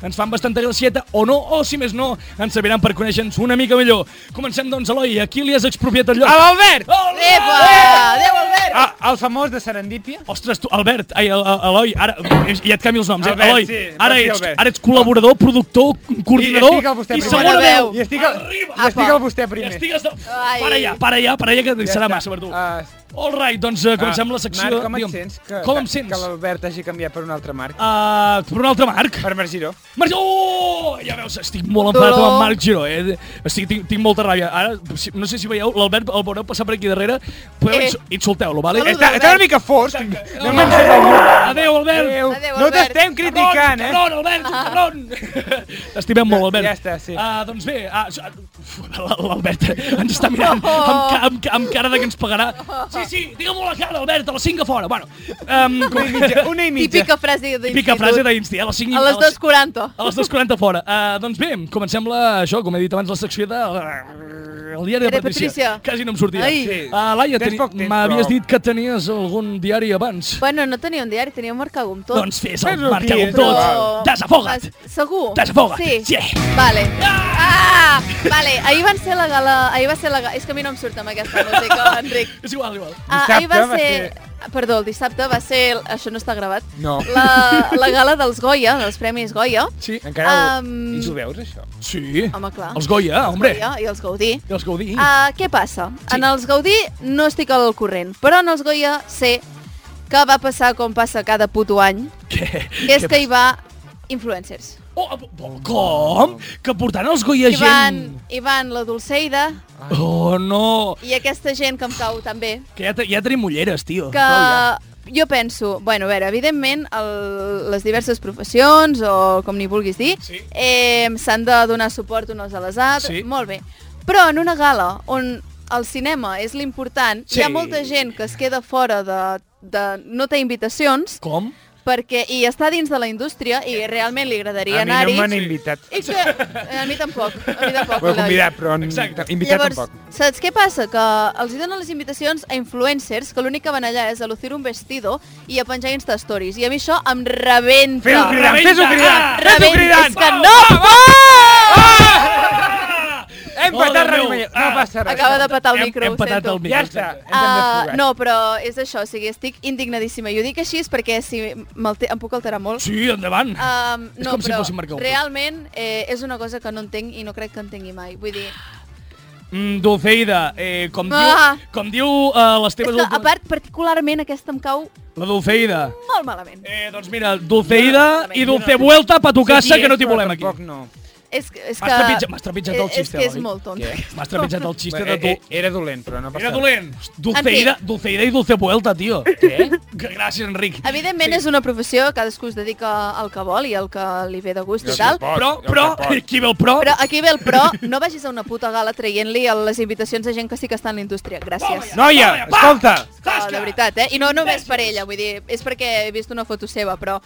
Speaker 1: ens fan bastanta gracieta, o no, o si més no, ens serviran per conèixer-nos una mica millor. Comencem, doncs, Eloi, a qui li has expropiat el lloc?
Speaker 4: A l'Albert!
Speaker 1: Hola!
Speaker 3: Epa! Adéu, Albert.
Speaker 4: Ah, el famós de Serendípia.
Speaker 1: Ostres, tu, Albert, ai, el- el- Eloi, ara ja et canvio els noms, eh?
Speaker 4: Albert,
Speaker 1: Eloi,
Speaker 4: sí,
Speaker 1: ara,
Speaker 4: merci,
Speaker 1: ets,
Speaker 4: Albert.
Speaker 1: ara ets col·laborador, productor, coordinador
Speaker 4: estic al vostè
Speaker 1: i
Speaker 4: primer.
Speaker 1: segona
Speaker 3: Bona
Speaker 1: veu.
Speaker 3: veu.
Speaker 4: I estic al,
Speaker 1: Arriba.
Speaker 4: i estic
Speaker 3: Apa.
Speaker 4: al vostè
Speaker 1: I
Speaker 4: primer.
Speaker 1: estigues... De...
Speaker 3: Ai.
Speaker 1: Para ja, para ja, para ja, que
Speaker 4: Ja
Speaker 1: serà
Speaker 4: està.
Speaker 1: massa per tu.
Speaker 4: Ah,
Speaker 1: All right, doncs uh, comencem
Speaker 4: ah,
Speaker 1: la secció...
Speaker 4: Marc, com et
Speaker 1: digue'm.
Speaker 4: sents? Que,
Speaker 1: com em
Speaker 4: Que
Speaker 1: sents?
Speaker 4: l'Albert hagi canviat per un altre Marc.
Speaker 1: Uh, per un altre Marc?
Speaker 4: Per Marc Giró.
Speaker 1: Marc... Oh! Ja veus, estic molt enfadat amb
Speaker 3: Dolor.
Speaker 1: el Marc Giró, eh? Estic, tinc, tinc molta ràbia. Ara, si- no sé si veieu, l'Albert el veureu passar per aquí darrere. Podeu
Speaker 3: Eh.
Speaker 1: insu- insulteu-lo, vale?
Speaker 3: Saluda.
Speaker 4: Està, està una mica fosc. No me'n
Speaker 1: Adéu, Albert!
Speaker 3: Adéu,
Speaker 4: No
Speaker 3: Albert.
Speaker 4: t'estem criticant, eh?
Speaker 1: Cabron,
Speaker 3: *laughs*
Speaker 1: Albert, cabron! T'estimem molt, Albert.
Speaker 4: Ja està, sí.
Speaker 1: Ah, doncs bé, ah, s- ah, uf, l- l'Albert ens està mirant amb, ca- amb, ca- amb cara de que ens pagarà. Sí, sí, digue-m'ho a la cara, Albert, a les 5 a fora. Bueno,
Speaker 3: *laughs*
Speaker 1: um,
Speaker 4: Una i mitja, una i mitja.
Speaker 3: Típica frase de
Speaker 1: típica frase d'Insti, eh? a les 5
Speaker 3: A les 2.40.
Speaker 1: A les 2.40 fora. Uh, doncs bé, comencem la, això, com he dit abans, la secció de... El diari de
Speaker 3: Era
Speaker 1: Patricia.
Speaker 3: Patricia.
Speaker 1: Quasi no em sortia.
Speaker 3: Ai.
Speaker 4: Sí.
Speaker 1: Ah, Laia,
Speaker 4: Tens
Speaker 1: teni-
Speaker 4: poc temps,
Speaker 1: m'havies
Speaker 4: però-
Speaker 1: dit que tenies algun diari abans.
Speaker 3: Bueno, no tenia un diari, tenia un marcagum tot.
Speaker 1: Doncs fes el
Speaker 4: Fes-ho aquí, eh,
Speaker 1: marca
Speaker 4: és
Speaker 1: amb tot.
Speaker 3: Però-
Speaker 1: Desafoga't.
Speaker 3: Es- Segur?
Speaker 1: Desafoga't.
Speaker 3: Sí.
Speaker 1: Sí.
Speaker 3: Vale. Ah! Vale, ahir van ser la gala... Ahir va ser la gala... És que a mi no em surt amb aquesta
Speaker 1: *laughs*
Speaker 3: música, Enric.
Speaker 1: És igual, igual.
Speaker 3: Ah,
Speaker 4: Dissabte
Speaker 3: ahir va
Speaker 4: va
Speaker 3: ser... Perdó, el dissabte va ser... Això no està gravat.
Speaker 4: No.
Speaker 3: La, la gala dels Goya, dels Premis Goya.
Speaker 1: Sí.
Speaker 4: Encara ho...
Speaker 3: Am.
Speaker 4: I tu ho veus, això?
Speaker 1: Sí.
Speaker 3: Home, clar.
Speaker 1: Els Goya, hombre.
Speaker 3: Goya I els Gaudí.
Speaker 1: I els Gaudí.
Speaker 3: Ah, què passa?
Speaker 1: Sí.
Speaker 3: En els Gaudí no estic al corrent, però en els Goya sé que va passar com passa cada puto any,
Speaker 1: Què?
Speaker 3: que és
Speaker 1: Què
Speaker 3: que hi va influencers.
Speaker 1: Oh, oh, com? Que portant els Goya
Speaker 3: Hi van,
Speaker 1: gent...
Speaker 3: hi van la Dulceida
Speaker 1: Oh, no.
Speaker 3: i aquesta gent que em cau també,
Speaker 1: Que ja, te- ja tenim ulleres, tio.
Speaker 3: que jo penso, bueno, a veure, evidentment el, les diverses professions, o com ni vulguis dir,
Speaker 1: Sí.
Speaker 3: eh, s'han de donar suport unes a les altres,
Speaker 1: Sí.
Speaker 3: molt bé. Però en una gala on el cinema és l'important,
Speaker 1: Sí.
Speaker 3: hi ha molta gent que es queda fora de, de no té invitacions,
Speaker 1: Com?
Speaker 3: perquè i està dins de la indústria i realment li agradaria
Speaker 4: A mi no
Speaker 3: anar-hi.
Speaker 4: m'han invitat.
Speaker 3: I que... A mi tampoc. A mi tampoc.
Speaker 4: Ho he
Speaker 3: Eloi.
Speaker 4: convidat, però n-
Speaker 1: Exacte.
Speaker 4: invitat
Speaker 3: Llavors,
Speaker 4: tampoc.
Speaker 3: saps què passa? Que els hi donen les invitacions a influencers que l'únic que van allà és a lucir un vestido i a penjar Insta Stories. I a mi això em rebenta.
Speaker 1: Ah,
Speaker 4: Fes-ho cridant, fes-ho cridant,
Speaker 3: Rebenta.
Speaker 4: fes-ho cridant!
Speaker 3: És que no pot!
Speaker 4: Hem
Speaker 1: Oh, Déu
Speaker 4: patat Ràdio
Speaker 1: meu.
Speaker 4: Manlleu. No passa res.
Speaker 3: Acaba de petar el
Speaker 1: Hem-
Speaker 3: micro,
Speaker 1: hem
Speaker 3: ho
Speaker 1: petat
Speaker 3: sento. Ah,
Speaker 1: el micro.
Speaker 4: Ja està.
Speaker 1: Exacte.
Speaker 4: Ens hem desfogat.
Speaker 3: no, però és això, o sigui, estic indignadíssima. I ho dic així és perquè si m'alte- em puc alterar molt.
Speaker 1: Sí, endavant.
Speaker 3: Um,
Speaker 1: És
Speaker 3: no,
Speaker 1: com si
Speaker 3: però
Speaker 1: fóssim marcar un punt.
Speaker 3: realment eh, és una cosa que no entenc i no crec que entengui mai. Vull dir,
Speaker 1: Mm, Dulceida, eh, com,
Speaker 3: Ah.
Speaker 1: diu, com diu eh, les
Speaker 3: és
Speaker 1: teves...
Speaker 3: que, a
Speaker 1: últimes-
Speaker 3: part, particularment aquesta em cau
Speaker 1: La Dulceida.
Speaker 3: molt malament.
Speaker 1: Eh, doncs mira, Dulceida i Dulce Vuelta pa tu casa, que no t'hi volem aquí.
Speaker 4: Tampoc no.
Speaker 3: És, és
Speaker 1: M'has
Speaker 3: que...
Speaker 1: trepitjat- m'has trepitjat el xiste,
Speaker 3: És que és
Speaker 1: oi?
Speaker 3: molt tonto.
Speaker 5: Què?
Speaker 1: M'has trepitjat el xiste de
Speaker 4: Eh,
Speaker 1: tu.
Speaker 4: eh, Era dolent, però no passa
Speaker 1: Era dolent. Dulceida, Dulceida i Dulce Vuelta,
Speaker 3: *laughs*
Speaker 1: tio. Què? Gràcies, Enric.
Speaker 3: Evidentment sí. és una professió, cadascú es dedica al que vol i al que li ve de gust
Speaker 4: Jo
Speaker 3: i tal.
Speaker 4: pot,
Speaker 1: Però,
Speaker 4: jo que
Speaker 1: però,
Speaker 4: pot.
Speaker 1: qui ve el pro?
Speaker 3: Però aquí ve el pro, no vagis a una puta gala traient-li a les invitacions de gent que sí que està en la indústria. Gràcies.
Speaker 4: Noia,
Speaker 1: Noia, va!
Speaker 4: escolta!
Speaker 3: Ah, de veritat, eh? I no només per ella, vull dir, és perquè he vist una foto seva, però...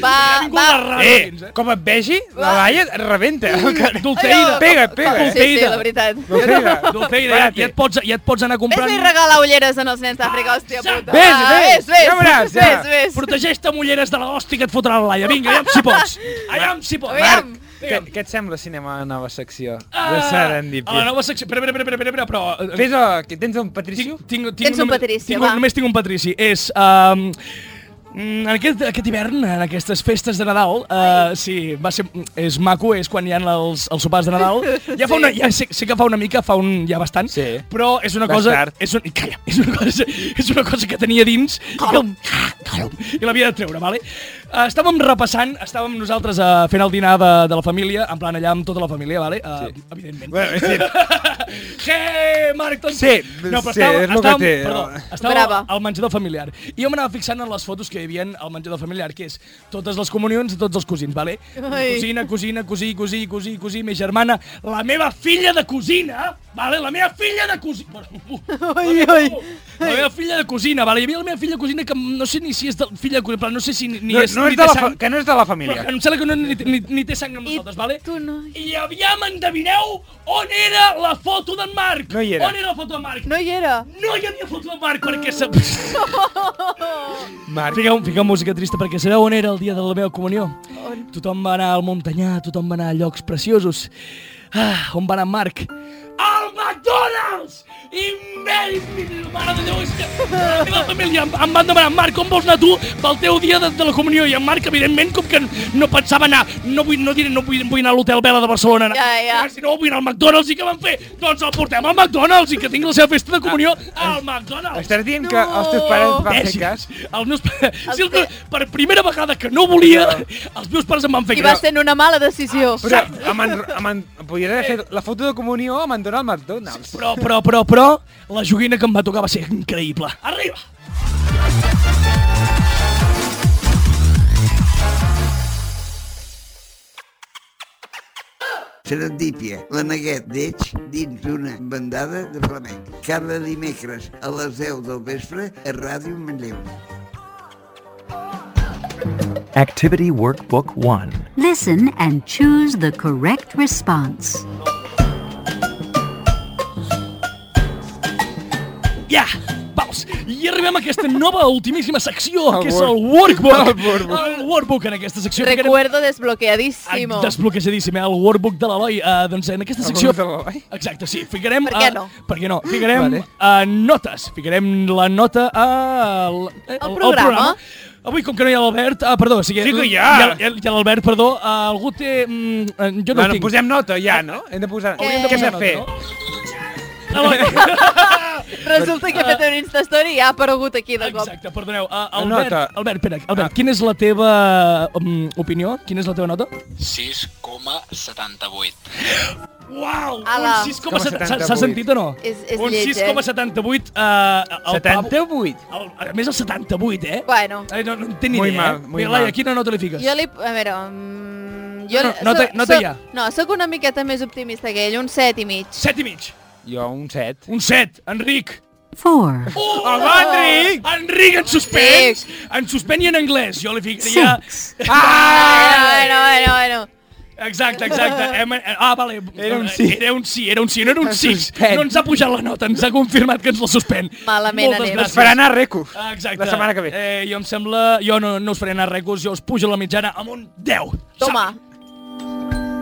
Speaker 3: Va,
Speaker 1: Ningú la
Speaker 3: va...
Speaker 1: rebenta.
Speaker 4: Eh, com et vegi, la Laia et rebenta. *laughs*
Speaker 1: Dulceida.
Speaker 3: Allò,
Speaker 4: Pega,
Speaker 3: com-
Speaker 4: pega,
Speaker 3: com-
Speaker 4: eh?
Speaker 3: Sí, sí,
Speaker 1: Dulceida.
Speaker 3: la veritat.
Speaker 4: Dulceida,
Speaker 1: Dulceida, ja, ja, et pots, ja et pots anar comprant...
Speaker 3: Ves-li regalar ulleres en els nens d'Àfrica, hòstia puta.
Speaker 4: Ves,
Speaker 3: Va,
Speaker 4: ves,
Speaker 3: ves,
Speaker 4: ja veuràs,
Speaker 3: ves,
Speaker 4: ja.
Speaker 3: ves, ves.
Speaker 1: Protegeix-te amb ulleres de l'hòstia que et fotrà la Laia. Vinga, allà si pots.
Speaker 3: *laughs*
Speaker 1: Allà si pots.
Speaker 3: Aviam.
Speaker 4: Què, què et sembla, cinema, la nova secció de
Speaker 1: Ah,
Speaker 4: Serendipia?
Speaker 1: A la nova secció... Espera, espera, espera, espera, però... eh,
Speaker 4: Fes a... que tens un patrici?
Speaker 1: Tinc, tinc, tinc
Speaker 3: Tens un
Speaker 1: només-
Speaker 3: patrici,
Speaker 1: tinc,
Speaker 3: va.
Speaker 1: Només tinc un patrici. És... Um, en aquest, aquest hivern, en aquestes festes de Nadal, uh, sí, va ser, és maco, és quan hi ha els, els sopars de Nadal. Ja fa una, ja sé, sé que fa una mica, fa un, ja bastant,
Speaker 4: Sí.
Speaker 1: però és una
Speaker 4: Vas
Speaker 1: cosa...
Speaker 4: tard.
Speaker 1: És, un, calla, és, una cosa, *laughs* és una cosa que tenia dins i, que, *laughs* calum, i l'havia de treure, vale? Uh, estàvem repassant, estàvem nosaltres uh, fent el dinar de, de la família, en plan allà amb tota la família, vale? Uh, sí. Evidentment.
Speaker 4: Bueno, és dir,
Speaker 1: *laughs* Hey, Marc Tonti!
Speaker 4: Sí,
Speaker 1: no, però
Speaker 4: sí,
Speaker 1: estàvem,
Speaker 4: és lo que
Speaker 1: estàvem,
Speaker 4: té.
Speaker 1: Perdó, estàvem
Speaker 3: Brava.
Speaker 1: al menjador familiar. I jo m'anava fixant en les fotos que hi havia al menjador familiar, que és totes les comunions de tots els cosins, vale?
Speaker 3: Ai.
Speaker 1: Cosina, cosina, cosí, cosí, cosí, cosí, mi germana, la meva filla de cosina, vale? La meva filla de cosina... Ai, ai. uh, La meva filla de cosina, vale? Hi havia la meva filla de cosina que no sé ni si és de filla de cosina, però no sé si ni, ni
Speaker 4: no,
Speaker 1: és...
Speaker 4: no
Speaker 1: ni
Speaker 4: és
Speaker 1: té
Speaker 4: de la fa,
Speaker 1: sang,
Speaker 4: que no és de la
Speaker 1: però
Speaker 4: família.
Speaker 1: que em sembla que no, ni, ni, ni té sang amb
Speaker 3: I
Speaker 1: nosaltres, vale?
Speaker 3: tu no.
Speaker 1: I aviam, endevineu on era la foto d'en Marc.
Speaker 4: No hi era.
Speaker 1: On era la foto d'en Marc? No.
Speaker 3: No hi era.
Speaker 1: no hi havia foto d'en Marc perquè... Se...
Speaker 4: Marc,
Speaker 1: Fica, fica música trista perquè sabeu on era el dia de la meva comunió?
Speaker 3: On?
Speaker 1: Tothom va anar al Montanyà, tothom va anar a llocs preciosos. Ah, on va anar en Marc? Al McDonald's! Imbècil, mare de Déu, és que la meva família em, em van demanar, Marc, on vols anar tu pel teu dia de, de la comunió? I en Marc, evidentment, com que no pensava anar, no vull, no diré, no vull, vull anar a l'Hotel Vela de Barcelona,
Speaker 3: Ja, ja.
Speaker 1: si no vull anar al McDonald's i què van fer? Doncs el portem al McDonald's i que tingui la seva festa
Speaker 4: Ah.
Speaker 1: de comunió al McDonald's.
Speaker 4: estàs dient que
Speaker 3: No.
Speaker 4: els teus pares et van fer
Speaker 1: Imbècils.
Speaker 4: cas?
Speaker 1: Els meus pares...
Speaker 3: Els
Speaker 1: Si el meu,
Speaker 3: te-
Speaker 1: per primera vegada que no volia, els meus pares em van fer
Speaker 3: I
Speaker 1: cas.
Speaker 3: va sent una mala decisió.
Speaker 1: Ah,
Speaker 4: Però amb en, amb en, podries haver fet la foto de comunió amb en Donald McDonald's.
Speaker 1: Eh. Però, però, però, però, la joguina que em va tocar va ser increïble. Arriba!
Speaker 2: Serendípia, la neguet d'Eix dins d'una bandada de flamenc. Cada dimecres a les 10 del vespre a Ràdio Manlleu.
Speaker 8: Activity Workbook 1.
Speaker 9: Listen and choose the correct response.
Speaker 1: Ja! Vamos! I arribem a aquesta nova, ultimíssima secció,
Speaker 4: El
Speaker 1: que és
Speaker 4: work-
Speaker 1: el workbook.
Speaker 4: el workbook.
Speaker 1: El workbook en aquesta secció.
Speaker 3: Recuerdo
Speaker 1: Ficarem...
Speaker 3: desbloqueadíssimo.
Speaker 1: Desbloquejadíssim, eh? El workbook de l'Eloi. Uh, doncs en aquesta
Speaker 4: El
Speaker 1: secció...
Speaker 4: workbook de l'Eloi?
Speaker 1: Exacte, sí. Ficarem...
Speaker 3: Per què
Speaker 1: eh,
Speaker 3: no?
Speaker 1: per què no? Ficarem
Speaker 4: Vale.
Speaker 1: eh, notes. Ficarem la nota a... al- al- al
Speaker 3: programa.
Speaker 1: Avui, com que no hi ha l'Albert... Ah, perdó, o sigui...
Speaker 4: Sí que hi
Speaker 1: Hi
Speaker 4: ha.
Speaker 1: ha, hi ha l'Albert, perdó. eh, algú té... Mm, eh, jo no
Speaker 4: Bueno,
Speaker 1: el tinc. Eh,
Speaker 4: posem nota ja, no? Hem de posar...
Speaker 3: Hauríem de
Speaker 4: Què hem de
Speaker 1: Posem
Speaker 4: fer?
Speaker 1: nota, no? Eloi.
Speaker 3: Resulta que he fet un Instastory i ha aparegut aquí de cop.
Speaker 1: Exacte, perdoneu. Uh,
Speaker 4: Nota.
Speaker 1: Albert, Albert, espera, Albert, quina és la teva um, opinió? Quina és la teva nota?
Speaker 10: 6,78.
Speaker 1: Uau!
Speaker 3: Ala.
Speaker 1: Un 6,78.
Speaker 4: 78.
Speaker 1: S'ha sentit o no?
Speaker 3: És- és
Speaker 1: un
Speaker 3: lleig, eh?
Speaker 1: 6,78. Uh,
Speaker 4: 78?
Speaker 1: El, a més, el 78, eh?
Speaker 3: Bueno.
Speaker 1: Ai, no, no en té ni
Speaker 4: Muy
Speaker 1: idea,
Speaker 4: mal,
Speaker 1: eh?
Speaker 4: muy
Speaker 1: Mira, Laia,
Speaker 4: mal.
Speaker 1: quina nota li fiques?
Speaker 3: Jo li... A veure... Mm, jo,
Speaker 1: No, no, nota-
Speaker 3: soc-
Speaker 1: nota
Speaker 3: soc-
Speaker 1: ja.
Speaker 3: No, sóc una miqueta més optimista que ell, un 7 i mig.
Speaker 1: 7 i mig.
Speaker 4: Jo, un set.
Speaker 1: Un 7. Enric.
Speaker 9: 4.
Speaker 1: Oh,
Speaker 4: Home, Enric!
Speaker 1: Enric, en suspens! En suspens i en anglès. Jo li ficaria...
Speaker 9: Six.
Speaker 3: Ah, bueno, bueno, bueno.
Speaker 1: Exacte, exacte.
Speaker 4: *laughs*
Speaker 1: Hem, ah, vale.
Speaker 4: Era un sí.
Speaker 1: Era un sí, era un sí, no era un
Speaker 4: Ens
Speaker 1: 6.
Speaker 4: suspèn.
Speaker 1: No ens ha pujat la nota, ens ha confirmat que ens la suspèn.
Speaker 3: Malament
Speaker 1: Moltes
Speaker 3: anem.
Speaker 1: gràcies.
Speaker 4: Es farà anar a Reco.
Speaker 1: Ah, Exacte.
Speaker 4: La setmana que ve.
Speaker 1: Eh, jo em sembla... Jo no, no us faré anar recurs, jo us pujo la mitjana amb un 10.
Speaker 3: Toma.
Speaker 1: Saps?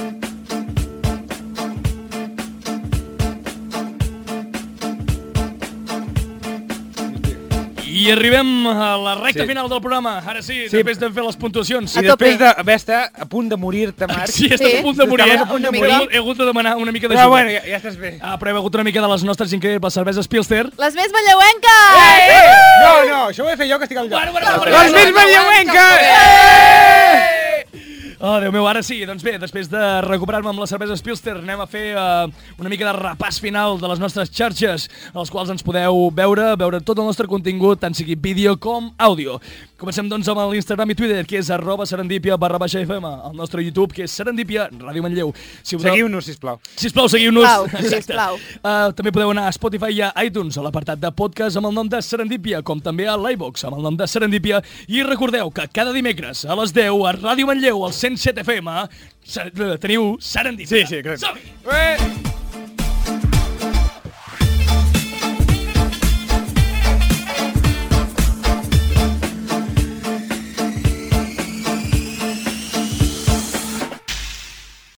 Speaker 1: I I arribem a la recta
Speaker 4: Sí.
Speaker 1: final del programa. Ara sí,
Speaker 4: Sí.
Speaker 1: després de fer les puntuacions.
Speaker 4: I
Speaker 3: A
Speaker 4: després
Speaker 3: tope.
Speaker 4: d'haver estat a punt de morir-te, Marc.
Speaker 1: Ah, Sí, estàs a punt de morir.
Speaker 4: Estaves
Speaker 1: eh?
Speaker 4: a punt de
Speaker 1: He
Speaker 4: morir.
Speaker 1: hagut- He hagut de demanar una mica d'ajuda.
Speaker 4: Però bueno, ja, ja estàs bé.
Speaker 1: Ah, però he begut una mica de les nostres increïbles cerveses Pilster.
Speaker 3: Les més balleuenques!
Speaker 4: Eh! No, no, això ho he fet jo, que estic al lloc.
Speaker 1: bueno, bueno,
Speaker 4: Les més belleuenques! Eh.
Speaker 1: Oh, Déu meu, ara sí. Doncs bé, després de recuperar-me amb les cerveses Pilster, anem a fer uh, una mica de repàs final de les nostres xarxes, a les quals ens podeu veure, veure tot el nostre contingut, tant sigui vídeo com àudio. Comencem, doncs, amb l'Instagram i Twitter, que és arroba serendipia barra baixa FM, el nostre YouTube, que és serendipia ràdio Manlleu. Si voleu-
Speaker 4: Seguiu-nos, sisplau.
Speaker 1: Sisplau, seguiu-nos.
Speaker 3: Sisplau,
Speaker 1: Exacte.
Speaker 3: sisplau.
Speaker 1: Uh, també podeu anar a Spotify i a iTunes, a l'apartat de podcast amb el nom de Serendipia, com també a l'iVox amb el nom de Serendipia. I recordeu que cada dimecres a les 10 a Ràdio Manlleu, al 107 FM, se- eh, teniu Serendipia.
Speaker 4: Sí, sí, clar.
Speaker 1: Som-hi!
Speaker 4: Eh!